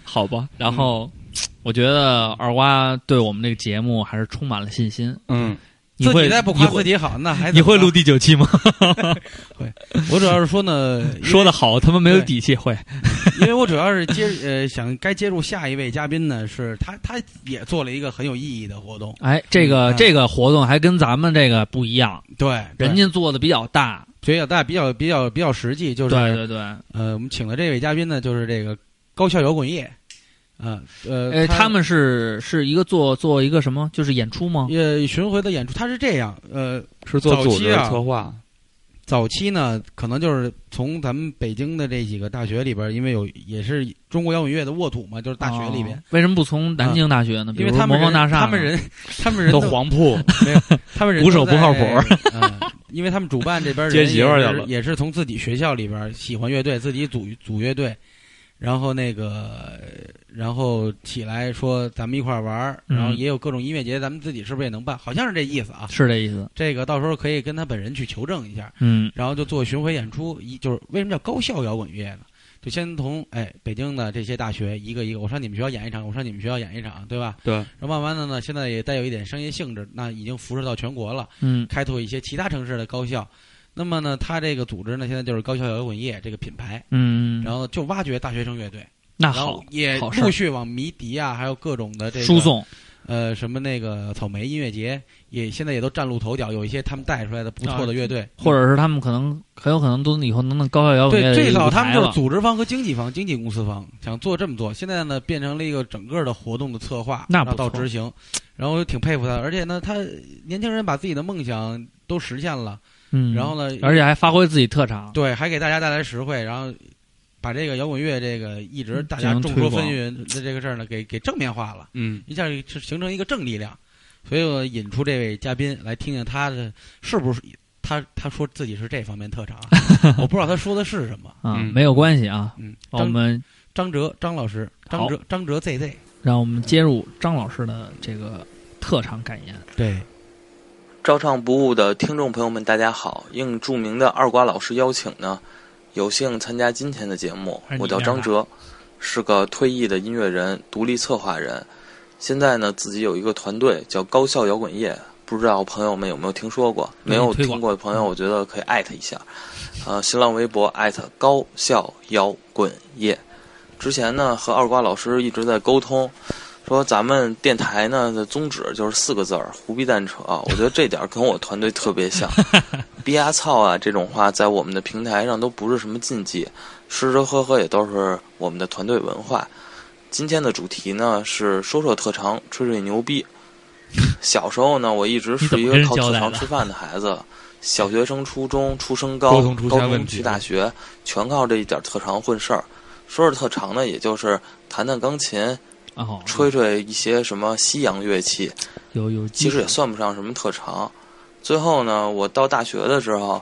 Speaker 3: 好吧，然后。我觉得二瓜对我们这个节目还是充满了信心。
Speaker 7: 嗯，
Speaker 3: 你
Speaker 5: 自
Speaker 3: 会
Speaker 5: 己再不
Speaker 3: 你
Speaker 5: 夸
Speaker 3: 会
Speaker 5: 自己好，那还
Speaker 3: 你会
Speaker 5: 怎么
Speaker 3: 录第九期吗？
Speaker 5: 着？ 我主要是说呢，因为
Speaker 3: 说的好，他们没有
Speaker 5: 对
Speaker 3: 底气会。
Speaker 5: 因为我主要是接呃想该接触下一位嘉宾呢，是他他也做了一个很有意义的活动，
Speaker 3: 哎，这个、
Speaker 5: 嗯
Speaker 3: 这个活动还跟咱们这个不一样，
Speaker 5: 对，对
Speaker 3: 人家做的比较大。
Speaker 5: 比较大，比较比较比较实际，就是
Speaker 3: 对对对，
Speaker 5: 呃我们请的这位嘉宾呢，就是这个高校摇滚乐，啊呃
Speaker 3: 呃，他们是是一个做做一个什么，就是演出吗？
Speaker 5: 呃巡回的演出，他是这样，呃
Speaker 7: 是做
Speaker 5: 早
Speaker 7: 组
Speaker 5: 期
Speaker 7: 织
Speaker 5: 啊
Speaker 7: 策划，
Speaker 5: 早期呢，可能就是从咱们北京的这几个大学里边，因为有也是中国摇滚乐的沃土嘛，就是大学里边
Speaker 3: 哦。为什么不从南京大学呢？比
Speaker 5: 因
Speaker 3: 如
Speaker 5: 为他
Speaker 3: 魔方
Speaker 5: 们人
Speaker 3: 大厦呢，
Speaker 5: 他们人， 他们人
Speaker 7: 都黄铺，
Speaker 5: 没有，他们人
Speaker 3: 鼓手
Speaker 5: 都在
Speaker 3: 不靠谱。
Speaker 5: 嗯，因为他们主办 这边儿
Speaker 7: 接
Speaker 5: 人
Speaker 7: 媳妇儿
Speaker 5: 也
Speaker 7: 去
Speaker 5: 是
Speaker 7: 了
Speaker 5: 也是从自己学校里边儿喜欢乐队，自己组组乐队，然后那个，然后起来说咱们一块儿玩儿，
Speaker 3: 嗯
Speaker 5: 然后也有各种音乐节，咱们自己是不是也能办？好像是这意思啊。
Speaker 3: 是这意思。
Speaker 5: 这个到时候可以跟他本人去求证一下，
Speaker 3: 嗯，
Speaker 5: 然后就做巡回演出。一就是为什么叫高校摇滚乐呢？就先从哎北京的这些大学一个一个，我上你们学校演一场，我上你们学校演一场，对吧？
Speaker 7: 对。
Speaker 5: 然后慢慢的呢，现在也带有一点商业性质，那已经辐射到全国了，
Speaker 3: 嗯
Speaker 5: 开拓一些其他城市的高校。那么呢，他这个组织呢，现在就是高校摇滚乐这个品牌，
Speaker 3: 嗯，
Speaker 5: 然后就挖掘大学生乐队，
Speaker 3: 那
Speaker 5: 然
Speaker 3: 好
Speaker 5: 后，也
Speaker 3: 好事儿
Speaker 5: 陆续往迷笛啊，还有各种的这个
Speaker 3: 输送
Speaker 5: 呃什么那个草莓音乐节，也现在也都崭露头角，有一些他们带出来的不
Speaker 3: 啊
Speaker 5: 错的乐队，
Speaker 3: 或者是他们可能很有可能都以后能弄高校摇滚乐
Speaker 5: 对，
Speaker 3: 的一
Speaker 5: 最
Speaker 3: 个
Speaker 5: 早
Speaker 3: 舞
Speaker 5: 他们
Speaker 3: 台
Speaker 5: 就是
Speaker 3: 了。
Speaker 5: 组织方和经纪方、经纪公司方想做这么做，现在呢变成了一个整个的活动的策划，
Speaker 3: 那
Speaker 5: 然
Speaker 3: 不
Speaker 5: 后到
Speaker 3: 错
Speaker 5: 执行，然后我挺佩服他的，而且呢，他年轻人把自己的梦想都实现了，
Speaker 3: 嗯，
Speaker 5: 然后呢，
Speaker 3: 而且还发挥自己特长。
Speaker 5: 对还给大家带来实惠，然后把这个摇滚乐这个一直大家
Speaker 3: 进行
Speaker 5: 众
Speaker 3: 推
Speaker 5: 说
Speaker 3: 广
Speaker 5: 纷纭的这个事儿呢，给给正面化了，
Speaker 7: 嗯，
Speaker 5: 一下就形成一个正力量，所以我引出这位嘉宾来听听他的是不是他他说自己是这方面 特长啊，我不知道他说的是什么。
Speaker 3: 啊，
Speaker 7: 嗯
Speaker 3: 没有关系啊，
Speaker 5: 嗯，
Speaker 3: 我
Speaker 5: 张
Speaker 3: 们
Speaker 5: 张哲张老师，张
Speaker 3: 好
Speaker 5: 哲张哲 ZZ，
Speaker 3: 让我们接入张老师的这个特长感言。
Speaker 5: 对，
Speaker 10: 照唱不误的听众朋友们，大家好！应著名的二瓜老师邀请呢，有幸参加今天的节目
Speaker 3: 哎。你
Speaker 10: 我叫张哲，是个退役的音乐人、独立策划人。现在呢，自己有一个团队叫高校摇滚夜，不知道朋友们有没有听说过？
Speaker 3: 对
Speaker 10: 没有
Speaker 3: 推广
Speaker 10: 听过的朋友，我觉得可以艾特一下。呃，新浪微博艾特高校摇滚夜。之前呢，和二瓜老师一直在沟通，说咱们电台呢的宗旨就是四个字儿：胡逼蛋扯。我觉得这点儿跟我团队特别 像，逼啊操啊这种话在我们的平台上都不是什么禁忌，吃吃喝喝也都是我们的团队文化。今天的主题呢是说说特长，吹吹牛逼。小时候呢，我一直是一个
Speaker 3: 你怎
Speaker 10: 靠
Speaker 3: 么跟人交
Speaker 10: 特
Speaker 3: 代的
Speaker 10: 长吃饭的孩 子，小学升初中，初升
Speaker 7: 沟
Speaker 10: 高，
Speaker 7: 通出
Speaker 10: 高
Speaker 7: 现问
Speaker 10: 中
Speaker 7: 题
Speaker 10: 去大学，全靠这一点特长混事儿。说是特长呢，也就是弹弹钢琴，
Speaker 3: 哦，
Speaker 10: 吹吹一些什么西洋乐器，
Speaker 3: 有有基
Speaker 10: 其
Speaker 3: 础，
Speaker 10: 实也算不上什么特长。最后呢，我到大学的时候，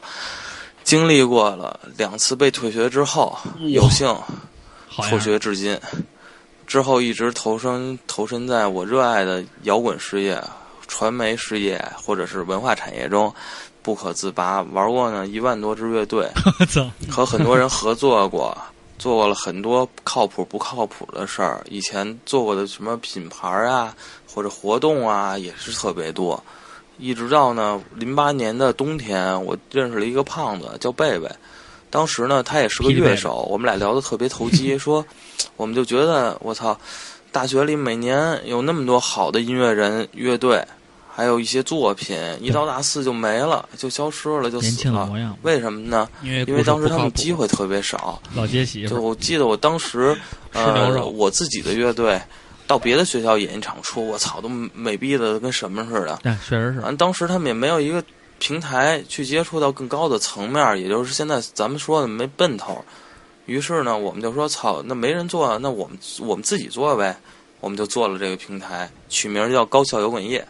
Speaker 10: 经历过了两次被退学之后，有幸
Speaker 3: 好
Speaker 10: 辍
Speaker 3: 呀，
Speaker 10: 学至今，之后一直投身投身在我热爱的摇滚事业、传媒事业或者是文化产业中，不可自拔。玩过呢一万多支乐队，
Speaker 3: 我操，
Speaker 10: 和很多人合作过，做过了很多靠谱不靠谱的事儿，以前做过的什么品牌啊或者活动啊也是特别多，一直到呢零八年的冬天，我认识了一个胖子叫贝贝，当时呢他也是个
Speaker 3: 皮皮贝贝
Speaker 10: 乐手，我们俩聊得特别投 机，说我们就觉得我操，大学里每年有那么多好的音乐人乐队。还有一些作品，一到大四就没了，就消失了，就
Speaker 3: 年
Speaker 10: 死
Speaker 3: 轻的
Speaker 10: 了
Speaker 3: 模样。
Speaker 10: 为什么呢？
Speaker 7: 因为
Speaker 10: 因为当时他
Speaker 7: 故事不靠
Speaker 10: 们
Speaker 7: 谱
Speaker 10: 机会特别少，
Speaker 3: 老接媳
Speaker 10: 就
Speaker 3: 妇儿，
Speaker 10: 我记得我当时，
Speaker 7: 牛
Speaker 10: 呃，
Speaker 7: 肉
Speaker 10: 我自己的乐队到别的学校演一场出，我操，都美逼的跟什么似的。
Speaker 3: 对，哎确实是
Speaker 10: 反正啊当时他们也没有一个平台去接触到更高的层面，也就是现在咱们说的没奔头。于是呢，我们就说操，那没人做，那我们我们自己做呗。我们就做了这个平台，取名叫高校摇滚夜。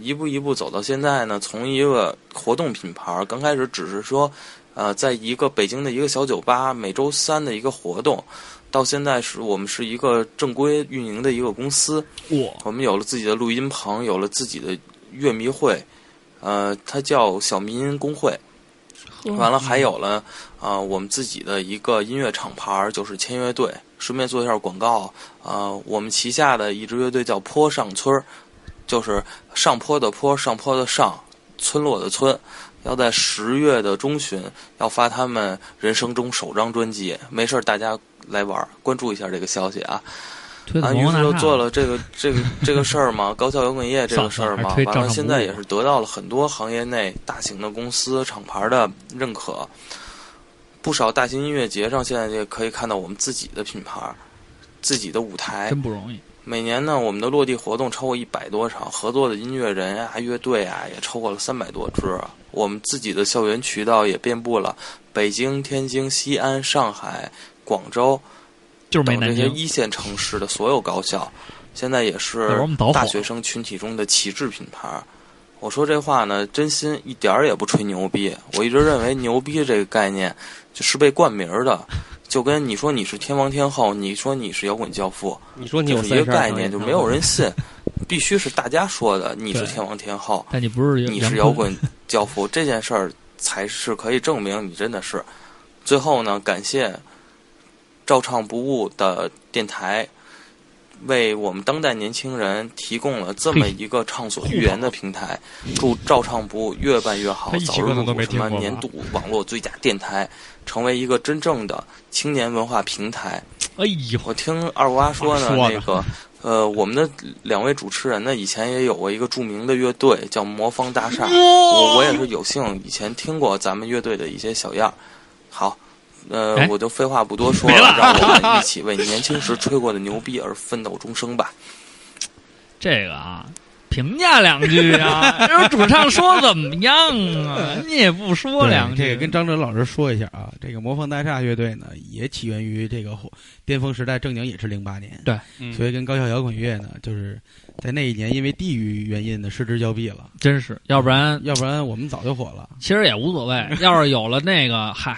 Speaker 10: 一步一步走到现在呢，从一个活动品牌，刚开始只是说，呃，在一个北京的一个小酒吧每周三的一个活动，到现在是我们是一个正规运营的一个公司。
Speaker 3: 我
Speaker 10: 我们有了自己的录音棚，有了自己的乐迷会，呃，它叫小民音工会。完了，还有了啊、呃我们自己的一个音乐厂牌儿，就是签乐队。顺便做一下广告，呃，我们旗下的一支乐队叫坡上村儿，就是上坡的坡，上坡的上，村落的村。要在十月的中旬要发他们人生中首张专辑，没事儿大家来玩儿，关注一下这个消息啊。
Speaker 3: 推的
Speaker 10: 啊，
Speaker 3: 蘑
Speaker 10: 于
Speaker 3: 菇
Speaker 10: 是
Speaker 3: 大
Speaker 10: 就
Speaker 3: 厦
Speaker 10: 做了这个这个这个事儿嘛，高校摇滚夜这
Speaker 3: 上
Speaker 10: 个事儿
Speaker 3: 还
Speaker 10: 嘛
Speaker 3: 推，
Speaker 10: 完
Speaker 3: 照
Speaker 10: 了
Speaker 3: 上
Speaker 10: 现
Speaker 3: 不误
Speaker 10: 在也是得到了很多行业内大型的公司厂牌的认可，不少大型音乐节上现在也可以看到我们自己的品牌，自己的舞台。
Speaker 3: 真不容易。
Speaker 10: 每年呢，我们的落地活动超过一百多场，合作的音乐人啊、乐队啊也超过了三百多支。我们自己的校园渠道也遍布了北京、天津、西安、上海、广州
Speaker 3: 就是没
Speaker 10: 等
Speaker 3: 南
Speaker 10: 这些
Speaker 3: 京，
Speaker 10: 一线城市的所有高校，现在也
Speaker 3: 那会儿
Speaker 10: 是
Speaker 3: 我们导火
Speaker 10: 大学生群体中的旗帜品牌。我说这话呢，真心一点儿也不吹牛逼。我一直认为牛逼这个概念就是被冠名儿的，就跟你说你是天王天后，你说你是摇滚教父，
Speaker 6: 你说你
Speaker 10: 就
Speaker 6: 有
Speaker 10: 是
Speaker 6: 三
Speaker 10: 一个
Speaker 6: 十
Speaker 10: 概念，就没有人信，必须是大家说的，你是天王天后，
Speaker 3: 但你不是
Speaker 10: 你
Speaker 3: 杨
Speaker 10: 是
Speaker 3: 坤
Speaker 10: 摇，滚教父这件事儿，才是可以证明你真的是。最后呢，感谢照唱不误的电台，为我们当代年轻人提供了这么一个畅所欲言的平台。祝照唱不误越办越好
Speaker 4: 他，一期
Speaker 10: 早
Speaker 4: 可
Speaker 10: 日
Speaker 4: 能都
Speaker 10: 入
Speaker 4: 没
Speaker 10: 股什
Speaker 4: 听过
Speaker 10: 么
Speaker 4: 吧
Speaker 10: 年度网络最佳电台，成为一个真正的青年文化平台。
Speaker 3: 哎呦，
Speaker 10: 我听二瓜说呢，
Speaker 4: 说的
Speaker 10: 那个呃，我们的两位主持人呢，以前也有过一个著名的乐队叫魔方大厦，我我也是有幸以前听过咱们乐队的一些小样儿。好，呃
Speaker 3: 哎，
Speaker 10: 我就废话不多说
Speaker 3: 没了
Speaker 10: 让我们一起为年轻时吹过的牛逼而奋斗终生吧。
Speaker 3: 这个啊，评价两句 啊，这主唱说怎么样啊，你也不说
Speaker 5: 对
Speaker 3: 两句，
Speaker 5: 这个跟张哲老师说一下啊，这个魔方大厦乐队呢，也起源于这个火巅峰时代，正经也是零八年，
Speaker 7: 嗯
Speaker 5: 所以跟高校摇滚乐呢，就是在那一年因为地域原因呢失之交臂了，
Speaker 3: 真是，要不然
Speaker 5: 要不然我们早就火了。
Speaker 3: 其实也无所 谓。要是有了那个，嗨，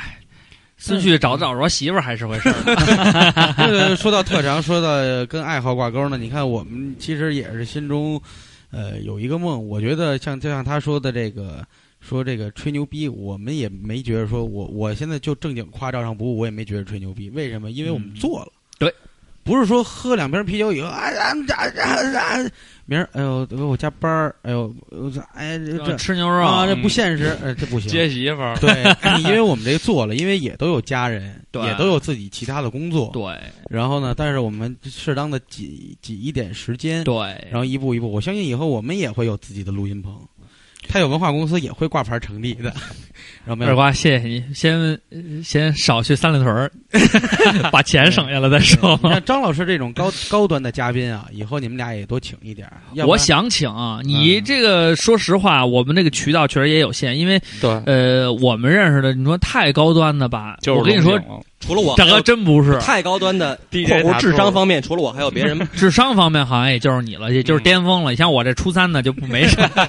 Speaker 3: 孙旭找找着媳妇儿还是回事 儿。
Speaker 5: 这个说到特长，说到跟爱好挂钩呢，你看我们其实也是心中，呃，有一个梦。我觉得像就像他说的这个，说这个吹牛逼，我们也没觉得说我我现在就正经夸照上不误，我也没觉得吹牛逼。为什么？因为我们
Speaker 3: 嗯
Speaker 5: 做了。
Speaker 3: 对。
Speaker 5: 不是说喝两瓶啤酒以后啊啊啊啊啊！明儿哎呦，我加班儿，哎呦，我这哎这这
Speaker 3: 吃牛肉，
Speaker 5: 啊这
Speaker 7: 嗯
Speaker 5: 不现实，哎这不 行。
Speaker 7: 接媳妇儿，
Speaker 5: 对， 因为我们这做了，因为也都有家人，
Speaker 3: 对
Speaker 5: 也都有自己其他的工作，
Speaker 3: 对
Speaker 5: 然后呢，但是我们适当的挤挤一点时间，
Speaker 3: 对
Speaker 5: 然，后一步一步，我相信以后我们也会有自己的录音棚，太有文化公司也会挂牌成立的。 然后没
Speaker 3: 二
Speaker 5: 有，
Speaker 3: 瓜，谢谢你，先先少去三里屯 儿，把钱省下来再说。
Speaker 5: 你看张老师这种 高高端的嘉宾啊，以后你们俩也多请一点儿。要不
Speaker 3: 我
Speaker 5: 然，
Speaker 3: 想请啊，你
Speaker 5: 嗯
Speaker 3: 这个说实话，我们这个渠道确实也有限，因为
Speaker 7: 对，
Speaker 3: 呃，我们认识的，你说太高端的吧，
Speaker 7: 就是
Speaker 3: 我跟你
Speaker 7: 龙
Speaker 3: 说，
Speaker 7: 井了
Speaker 6: 除了我，
Speaker 3: 大哥真不是，
Speaker 6: 太高端的（
Speaker 7: DJ
Speaker 6: 括
Speaker 7: 大
Speaker 6: 弧
Speaker 7: 叔
Speaker 6: 智商方面，除了我还有别人。
Speaker 3: 智商方面好像也就是你了，也就是
Speaker 7: 嗯
Speaker 3: 巅峰了。你像我这初三的就不没 什么，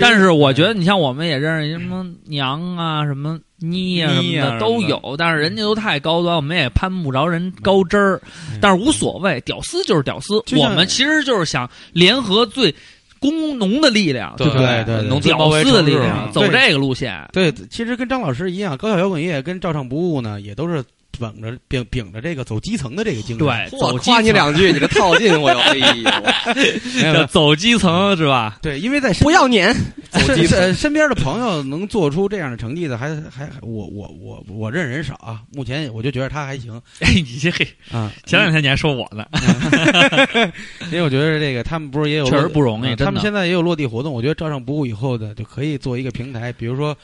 Speaker 3: 但是我觉得你像我们也认识什么娘啊、什么妮啊什么
Speaker 7: 妮啊
Speaker 3: 的
Speaker 7: 什么的
Speaker 3: 都有，但是人家都太高端，我们也攀不着人高枝儿，
Speaker 7: 嗯
Speaker 3: 但是无所谓，屌丝就是屌丝。
Speaker 5: 就
Speaker 3: 我
Speaker 5: 像
Speaker 3: 们其实就是想联合最工农的力 量，
Speaker 7: 对
Speaker 3: 不对？
Speaker 5: 对对
Speaker 7: 农村包
Speaker 3: 屌
Speaker 7: 围
Speaker 3: 丝的
Speaker 7: 城
Speaker 3: 力
Speaker 7: 市
Speaker 3: 量，
Speaker 7: 嘛，
Speaker 3: 走
Speaker 5: 对
Speaker 3: 这个路线。
Speaker 5: 对，其实跟张老师一样，高校摇滚乐跟照唱不误呢，也都是秉着秉秉着这个走基层的这个精神，
Speaker 3: 对，
Speaker 6: 我
Speaker 3: 走基
Speaker 6: 夸你
Speaker 3: 层
Speaker 6: 两句，你这套近 我又哎呦，
Speaker 5: 没有没有
Speaker 3: 走基层是吧？
Speaker 5: 对，因为在身
Speaker 6: 不要 脸，走
Speaker 5: 身
Speaker 6: 基层
Speaker 5: 身身边的朋友能做出这样的成绩的，还还还我我我我认识人少啊。目前我就觉得他还行
Speaker 3: 哎，你这嘿，
Speaker 5: 啊，
Speaker 3: 前两天你还说我呢，
Speaker 5: 因为我觉得这个他们不是也有
Speaker 3: 确实不容易
Speaker 5: 啊
Speaker 3: 真的
Speaker 5: 他们现在也有落地活动，我觉得照上不误以后的就可以做一个平台，比如说，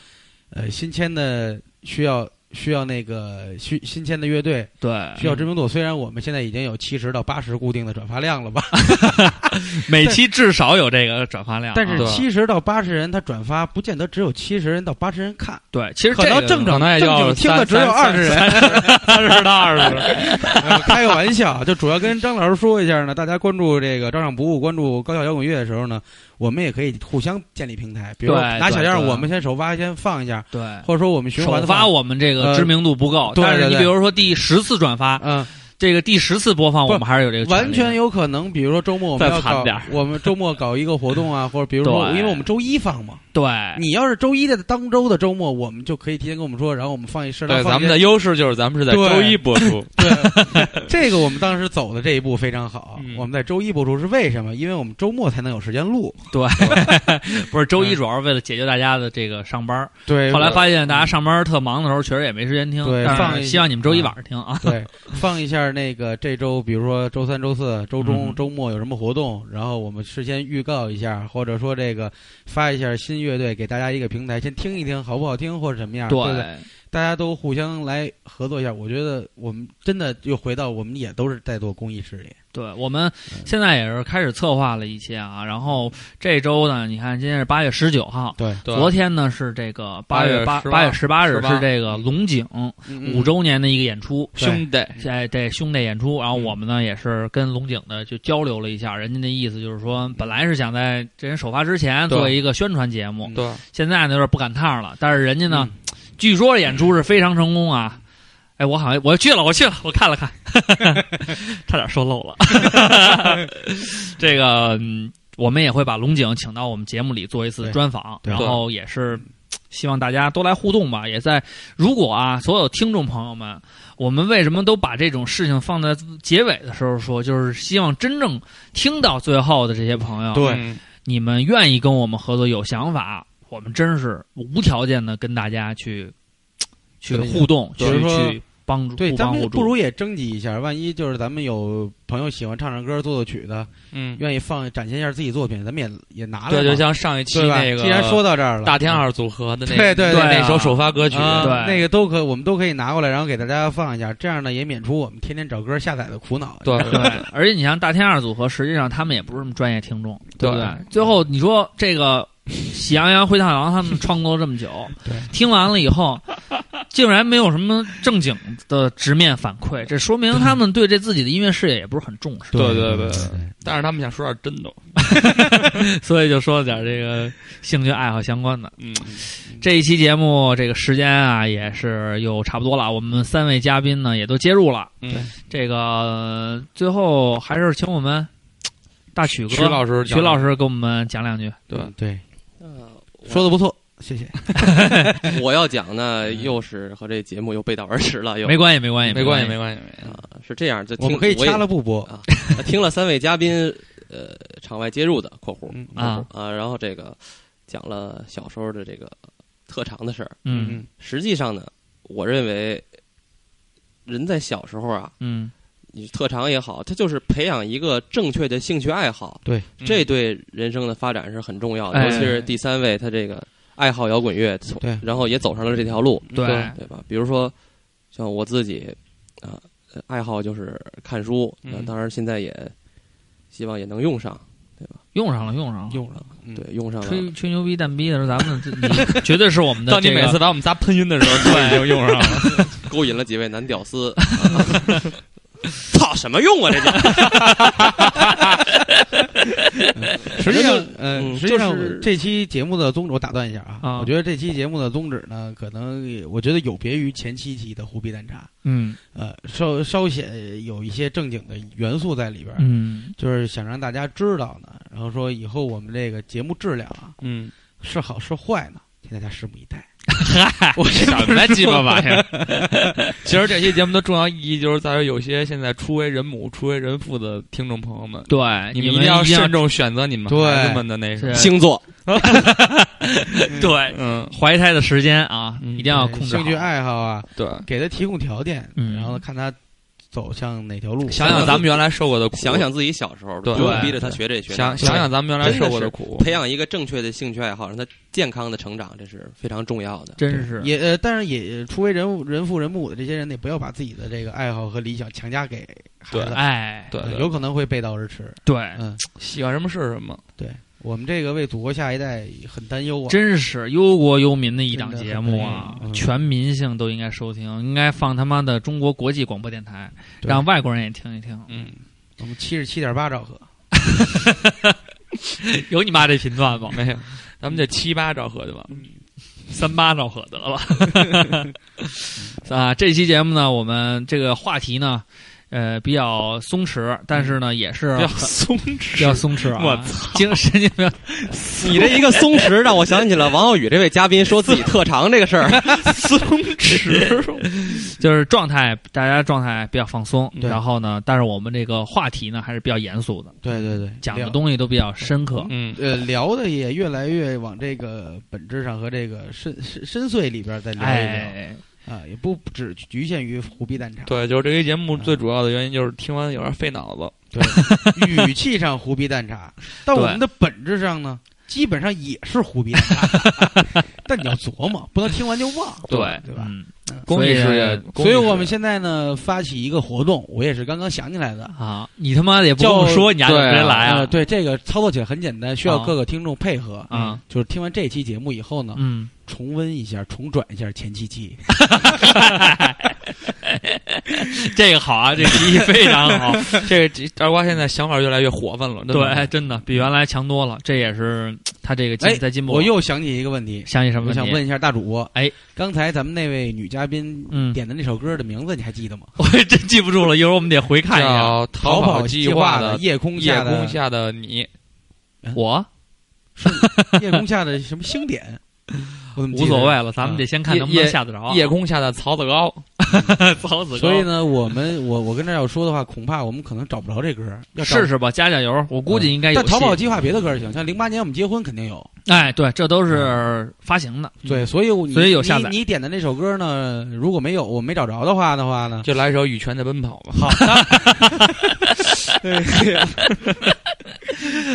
Speaker 5: 呃，新签的需要需要那个需新签的乐队
Speaker 3: 对，
Speaker 5: 需要知名度，虽然我们现在已经有七十到八十固定的转发量了吧，
Speaker 3: 每期至少有这个转发量啊，
Speaker 5: 但是
Speaker 3: 对
Speaker 5: 七十到八十人他转发不见得只有七十人到八十人看，
Speaker 3: 对，其实
Speaker 5: 可能
Speaker 3: 这个
Speaker 5: 正
Speaker 7: 可能也就
Speaker 5: 正经听的只有
Speaker 7: 哎三
Speaker 5: 20人，
Speaker 7: 三十到二十。
Speaker 5: 呃开个玩笑，就主要跟张老师说一下呢。大家关注这个照上不误，关注高校摇滚乐的时候呢，我们也可以互相建立平台，比如说
Speaker 3: 对
Speaker 5: 拿小样，
Speaker 3: 对对
Speaker 5: 我们先首发先放一下，
Speaker 3: 对。
Speaker 5: 或者说我们循环
Speaker 3: 首
Speaker 5: 的
Speaker 3: 发我们这个
Speaker 5: 呃
Speaker 3: 知名度不够，
Speaker 5: 对
Speaker 3: 但是
Speaker 5: 对
Speaker 3: 你
Speaker 5: 对
Speaker 3: 比如说第十次转发，
Speaker 5: 嗯，
Speaker 3: 这个第十次播放，
Speaker 5: 不
Speaker 3: 我们还是有这个权利
Speaker 5: 完
Speaker 3: 的
Speaker 5: 全有可能，比如说周末我们
Speaker 3: 再
Speaker 5: 要
Speaker 3: 惨
Speaker 5: 搞
Speaker 3: 点儿，
Speaker 5: 我们周末搞一个活动啊，或者比如说，
Speaker 3: 对
Speaker 5: 因为我们周一放嘛，
Speaker 3: 对，
Speaker 7: 哎
Speaker 5: 你要是周一的当周的周末，我们就可以提前跟我们说，然后我们放一适当
Speaker 7: 对，
Speaker 5: 放
Speaker 7: 咱
Speaker 5: 一
Speaker 7: 们的优势就是咱们是在
Speaker 5: 对
Speaker 7: 周一播出，
Speaker 5: 对，这个我们当时走的这一步非常好。
Speaker 7: 嗯
Speaker 5: 我们在周一播出是为什么？因为我们周末才能有时间录。
Speaker 3: 不是周一
Speaker 5: 嗯
Speaker 3: 主要是为了解决大家的这个上班儿，
Speaker 5: 对
Speaker 3: 后来发现大家上班儿特忙的时候，确实也没时间听，
Speaker 5: 对
Speaker 3: 但是
Speaker 5: 放一嗯
Speaker 3: 希望你们周一晚上听啊。
Speaker 5: 对，放一下那个这周，比如说周三、周四、周中、
Speaker 3: 嗯
Speaker 5: 周末有什么活动，然后我们事先预告一下，或者说这个发一下新乐队，给大家一个平台，先听一听好不好听，或者什么样，对不对，大家都互相来合作一下。我觉得我们真的又回到我们也都是在做公益事业，
Speaker 3: 对，我们现在也是开始策划了一些啊。然后这周呢，你看今天是八月十九号，
Speaker 5: 对，
Speaker 7: 对
Speaker 3: 昨天呢是这个八
Speaker 7: 月
Speaker 3: 八
Speaker 7: 18
Speaker 3: 八月十八嗯日
Speaker 7: 18
Speaker 3: 是这个龙井五周年的一个演出。
Speaker 5: 对
Speaker 7: 兄弟，
Speaker 3: 哎，对兄弟演出，然后我们呢也是跟龙井的就交流了一下，人家的意思就是说，本来是想在这人首发之前
Speaker 7: 对
Speaker 3: 做一个宣传节目，
Speaker 7: 对，
Speaker 3: 现在呢有点不赶趟了，但是人家
Speaker 5: 嗯
Speaker 3: 呢，据说演出是非常成功啊。哎，我好像我去了，我去了，我看 了看，差点说漏了。这个、嗯我们也会把龙井请到我们节目里做一次
Speaker 5: 对
Speaker 3: 专访，
Speaker 5: 对
Speaker 3: 然后也是希望大家都来互动吧。也在如果啊，所有听众朋友们，我们为什么都把这种事情放在结尾的时候说？就是希望真正听到最后的这些朋友，
Speaker 5: 对
Speaker 7: 嗯
Speaker 3: 你们愿意跟我们合作，有想法，我们真是无条件的跟大家去去
Speaker 5: 对
Speaker 3: 互动，去
Speaker 5: 就是说
Speaker 3: 去帮助，嗯
Speaker 5: 对，
Speaker 3: 互
Speaker 5: 咱
Speaker 3: 帮
Speaker 5: 们
Speaker 3: 互
Speaker 5: 不
Speaker 3: 助。
Speaker 5: 如也征集一下，万一就是咱们有朋友喜欢唱唱歌、作作曲的，
Speaker 7: 嗯，
Speaker 5: 愿意放展现一下自己作品，咱们也也拿来嘛。
Speaker 7: 对，就像上一期
Speaker 5: 对吧？
Speaker 7: 那个，
Speaker 5: 既然说到这儿了，
Speaker 7: 大天二组合的那
Speaker 5: 对对
Speaker 3: 对
Speaker 7: 那首
Speaker 3: 啊
Speaker 7: 首发歌曲，
Speaker 5: 啊
Speaker 3: 对
Speaker 5: 那个都可，我们都可以拿过来，然后给大家放一下，这样呢也免除我们天天找歌下载的苦恼。
Speaker 7: 对
Speaker 3: 对，而且你像大天二组合，实际上他们也不是什么专业听众，对不对？
Speaker 7: 对
Speaker 3: 最后你说这个喜羊羊、灰太狼他们创作这么久，听完了以后，竟然没有什么正经的直面反馈，这说明他们对这自己的音乐事业也不是很重视，
Speaker 7: 对对对但是他们想说点真的，
Speaker 3: 所以就说了点这个兴趣爱好相关的。
Speaker 7: 嗯，
Speaker 3: 这一期节目这个时间啊也是又差不多了，我们三位嘉宾呢也都接入了。
Speaker 7: 嗯，
Speaker 3: 这个呃最后还是请我们大曲哥、
Speaker 7: 曲老师，哎
Speaker 3: 曲老，师给我们讲两句。
Speaker 7: 对，
Speaker 5: 对，
Speaker 6: 呃
Speaker 5: 说的不错，谢谢。
Speaker 6: 我要讲呢，又是和这节目又背道而驰了，又
Speaker 3: 没关系，没关系，
Speaker 7: 没关系没
Speaker 3: 系。
Speaker 7: 关系没关系，
Speaker 6: 是这样，就听
Speaker 5: 我们可以
Speaker 6: 也
Speaker 5: 掐了不播，
Speaker 6: 啊， 听了三位嘉宾呃场外接入的（括弧
Speaker 7: 嗯）
Speaker 3: 啊
Speaker 6: 啊，然后这个讲了小时候的这个特长的事儿。
Speaker 3: 嗯
Speaker 6: 实际上呢，我认为人在小时候啊，
Speaker 3: 嗯，
Speaker 6: 你特长也好，它就是培养一个正确的兴趣爱好，
Speaker 7: 嗯
Speaker 6: 这对人生的发展是很重要的。
Speaker 3: 哎
Speaker 6: 尤其是第三位，他这个爱好摇滚乐，从
Speaker 5: 对
Speaker 6: 然后也走上了这条路，
Speaker 3: 对
Speaker 7: 嗯对
Speaker 6: 对吧？比如说像我自己啊、呃爱好就是看书，
Speaker 7: 嗯
Speaker 6: 呃当然现在也希望也能用上，
Speaker 3: 用上了，用上了。
Speaker 5: 用上嗯
Speaker 6: 对，用上了。
Speaker 3: 吹吹牛逼、蛋逼的时候，咱们这你绝对是我们的
Speaker 7: 当你
Speaker 3: 这个
Speaker 7: 每次把我们仨喷晕的时候，对，就用上了。
Speaker 6: 勾引了几位男屌丝。啊操，什么用啊？这叫
Speaker 5: 实际上，
Speaker 6: 嗯
Speaker 5: 呃，实际上
Speaker 6: 就是
Speaker 5: 这期节目的宗旨，我打断一下
Speaker 3: 啊
Speaker 5: 啊，我觉得这期节目的宗旨呢，可能也我觉得有别于前七期的胡逼蛋茶，
Speaker 3: 嗯
Speaker 5: 呃，稍稍显有一些正经的元素在里边儿，
Speaker 3: 嗯
Speaker 5: 就是想让大家知道呢，然后说以后我们这个节目质量啊
Speaker 7: 嗯，
Speaker 5: 是好是坏呢，请大家拭目以待。
Speaker 3: 嗨，
Speaker 5: 我这
Speaker 3: 什么鸡巴玩意儿？
Speaker 7: 其实这期节目的重要意义就是在于，有些现在初为人母、初为人父的听众朋友们，
Speaker 3: 对，
Speaker 7: 你
Speaker 3: 们
Speaker 7: 们一定要慎重选择你们孩子们的那个
Speaker 3: 是
Speaker 6: 星座，
Speaker 3: 对
Speaker 7: 嗯，
Speaker 3: 怀胎的时间啊，
Speaker 7: 嗯
Speaker 3: 一定要控制
Speaker 5: 呃兴趣
Speaker 3: 好。
Speaker 5: 爱好啊，
Speaker 7: 对。
Speaker 5: 给他提供条件，
Speaker 3: 嗯
Speaker 5: 然后看他走向哪条路。
Speaker 7: 想想咱们原来受过的苦，
Speaker 6: 想想自己小时候，
Speaker 7: 对
Speaker 6: 不用
Speaker 3: 对
Speaker 6: 逼着他学这学那
Speaker 7: 想想想咱们原来受过的苦，
Speaker 6: 培养一个正确的兴趣爱好，让他健康的成长，这是非常重要的。
Speaker 3: 真是
Speaker 5: 也呃，但是也除非人物人父人母的这些人，也不要把自己的这个爱好和理想强加给孩
Speaker 7: 对
Speaker 5: 子，呃
Speaker 3: 哎，
Speaker 7: 对哎
Speaker 5: 有可能会背道而驰。
Speaker 3: 对，
Speaker 5: 嗯，
Speaker 7: 喜欢什么是什么。
Speaker 5: 我们这个为祖国下一代很担忧啊。
Speaker 3: 真是忧国忧民的一档节目啊
Speaker 5: 真的很可以！嗯
Speaker 3: 全民性都应该收听，应该放他妈的中国国际广播电台，
Speaker 5: 对
Speaker 3: 让外国人也听一听。
Speaker 7: 嗯，
Speaker 5: 我们七十七点八兆赫，
Speaker 3: 嗯有你妈这频段吗？
Speaker 7: 没有，咱们这七八兆赫对吧？
Speaker 3: 三八兆赫得了。 啊，这期节目呢，我们这个话题呢，呃，比较松弛，但是
Speaker 5: 嗯
Speaker 3: 呢，也是
Speaker 7: 比较松弛，
Speaker 3: 比较松弛啊。
Speaker 7: 我
Speaker 3: 精神经病，
Speaker 6: 你这一个松弛，让我想起了王浩宇这位嘉宾说自己特长这 个事儿。
Speaker 7: 松弛。
Speaker 3: 就是状态，大家状态比较放松。
Speaker 5: 嗯对
Speaker 3: 然后呢，但是我们这个话题呢，还是比较严肃的，
Speaker 5: 对对对，
Speaker 3: 讲的
Speaker 5: 聊
Speaker 3: 东西都比较深刻。
Speaker 7: 嗯，
Speaker 5: 呃聊的也越来越往这个本质上和这个深深深邃里边再聊一聊、
Speaker 3: 哎，
Speaker 5: 啊，也不只局限于胡逼蛋茶，
Speaker 7: 对，就是这期节目最主要的原因就是听完有点费脑子。
Speaker 5: 语气上胡逼 蛋茶，但我们的本质上呢，基本上也是胡逼蛋茶， 但你要琢磨，不能听完就忘，对吧？
Speaker 3: 嗯，
Speaker 7: 公益事业，公益
Speaker 5: 所
Speaker 7: 事
Speaker 5: 以
Speaker 7: 业
Speaker 5: 我们现在呢发起一个活动，我也是刚刚想起来的，
Speaker 3: 啊，你他妈的也不跟
Speaker 5: 叫
Speaker 3: 我说，你还得
Speaker 7: 对啊
Speaker 3: 直接来
Speaker 5: 呃
Speaker 3: 啊？
Speaker 5: 对，这个操作起来很简单，需要
Speaker 3: 啊
Speaker 5: 各个听众配合。
Speaker 3: 啊，
Speaker 5: 就是听完这期节目以后呢，
Speaker 3: 嗯，
Speaker 5: 重温一下，重转一下前七期。
Speaker 3: 这个好啊，这个提议非常好。
Speaker 7: 这个二瓜现在想法越来越活泛了，真的
Speaker 3: 对，，真的比原来强多了，这也是他这个进
Speaker 5: 哎
Speaker 3: 在进步。
Speaker 5: 我又想起一个问题，
Speaker 3: 想起什么
Speaker 5: 我
Speaker 3: 问题？
Speaker 5: 想问一下大主播，
Speaker 3: 哎，
Speaker 5: 刚才咱们那位女嘉宾
Speaker 3: 嗯
Speaker 5: 点的那首歌的名字你还记得吗？
Speaker 3: 我真记不住了，一会儿我们得回看一下。
Speaker 7: 叫逃
Speaker 5: 跑
Speaker 7: 计
Speaker 5: 划
Speaker 7: 的
Speaker 5: 夜空
Speaker 7: 夜
Speaker 5: 下的
Speaker 7: 空下的你，
Speaker 3: 我
Speaker 5: 夜空下的什么星点？我怎么
Speaker 3: 无
Speaker 5: 记得
Speaker 3: 所谓。了，
Speaker 5: 嗯
Speaker 3: 咱们得先看
Speaker 7: 夜
Speaker 3: 能不能
Speaker 7: 夜
Speaker 3: 下得着啊。
Speaker 7: 夜空下的曹子高，
Speaker 3: 曹子高，
Speaker 5: 所以呢，我们我我跟这儿要说的话，恐怕我们可能找不着这歌儿，要找嗯
Speaker 3: 试试吧，加加油。我估计应该哎有
Speaker 5: 但
Speaker 3: 戏。
Speaker 5: 逃跑计划别的歌儿行，像零八年我们结婚肯定有。
Speaker 3: 哎，对，这都
Speaker 5: 嗯
Speaker 3: 是发行的。
Speaker 5: 对，所以我你
Speaker 3: 嗯所以有下载
Speaker 5: 你你点的那首歌呢，如果没有我没找着的话的 话呢，
Speaker 7: 就来一首《羽泉的奔跑》吧。
Speaker 5: 好，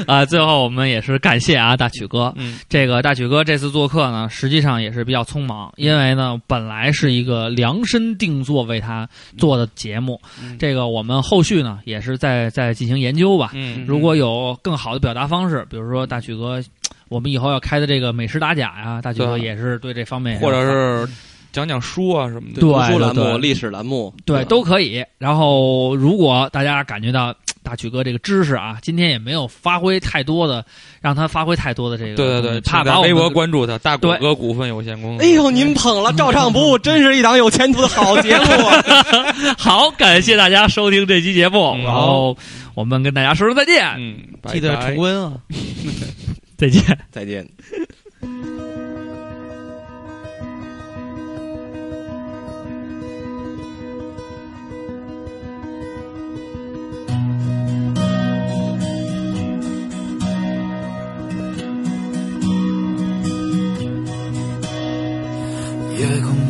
Speaker 3: 啊，最后我们也是感谢啊，大曲哥。
Speaker 7: 嗯，
Speaker 3: 这个大曲哥这次做客呢，实际上也是比较匆忙，
Speaker 7: 嗯
Speaker 3: 因为呢，本来是一个量身定做为他做的节目，
Speaker 5: 嗯
Speaker 3: 这个我们后续呢也是在在进行研究吧。
Speaker 7: 嗯，
Speaker 3: 如果有更好的表达方式，比如说大曲哥，我们以后要开的这个美食打假呀，大曲哥
Speaker 7: 对啊
Speaker 3: 也是对这方面，
Speaker 7: 嗯或者是讲讲书啊什么
Speaker 3: 对
Speaker 7: 的。
Speaker 6: 读书栏
Speaker 3: 对
Speaker 6: 目、历史栏目，
Speaker 7: 啊
Speaker 3: 对都可以。然后，如果大家感觉到大曲哥这个知识啊，今天也没有发挥太多的，让他发挥太多的这个，
Speaker 7: 对对对，
Speaker 3: 怕
Speaker 7: 请在
Speaker 3: 把我
Speaker 7: 微
Speaker 3: 们
Speaker 7: 博关注他，大谷
Speaker 3: 对
Speaker 7: 歌股份有限公司。
Speaker 6: 哎呦，您捧了，照唱不误，真是一档有前途的好节目。啊
Speaker 3: 好，感谢大家收听这期节目，
Speaker 7: 嗯
Speaker 3: 然后我们跟大家说声再见，
Speaker 7: 嗯，拜
Speaker 5: 记得
Speaker 7: 拜
Speaker 5: 重温啊。
Speaker 3: 再见。
Speaker 6: 再见。
Speaker 1: 夜空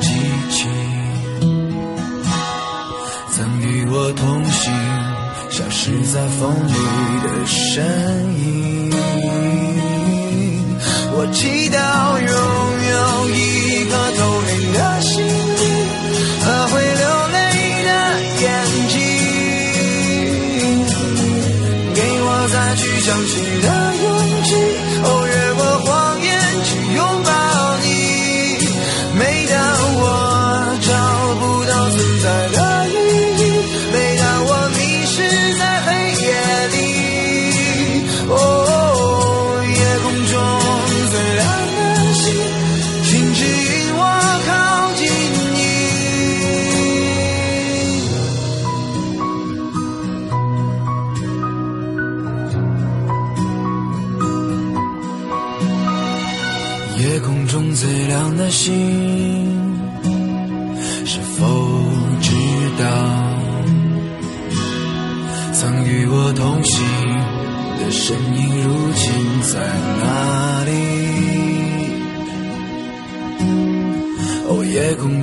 Speaker 1: 记起？曾与我同行，消失在风里的身影。我祈祷拥有一颗透明的心灵和会流泪的眼睛，给我再去相信的勇气。哦，越过谎言去拥抱你。每当我找不到存在的意义，每当我迷失在黑夜
Speaker 11: 夜空中最亮的星，是否知道曾与我同行的身影，如今在哪里？哦，夜空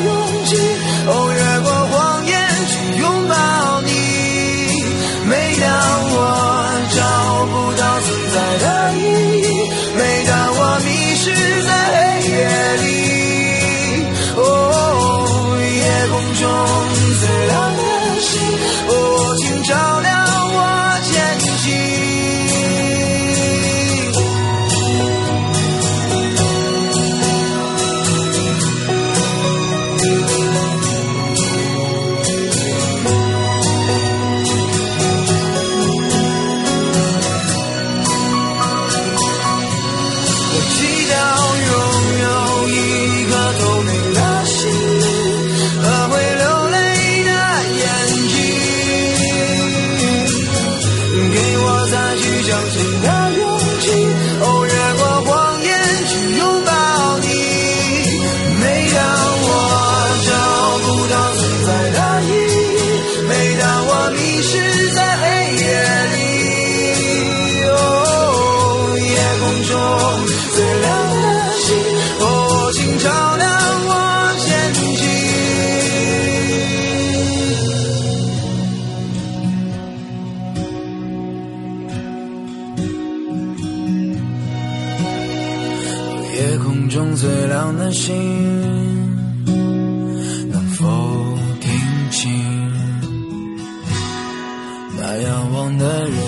Speaker 11: 勇气，哦，越过谎言去拥抱你。每当我找不到存在的意义，每当我迷失在黑夜里，哦，夜空中最亮的星，哦，请照亮我前行。我祈祷拥有一个透明的心灵和会流泪的眼睛，给我再去相信的勇气，哦，越过谎言去拥抱你。每当我找不到存在的意义，每当我迷失在黑夜里，哦，夜空中最亮的星，哦，请照亮我前进。夜空中最亮的星，能否听清那仰望的人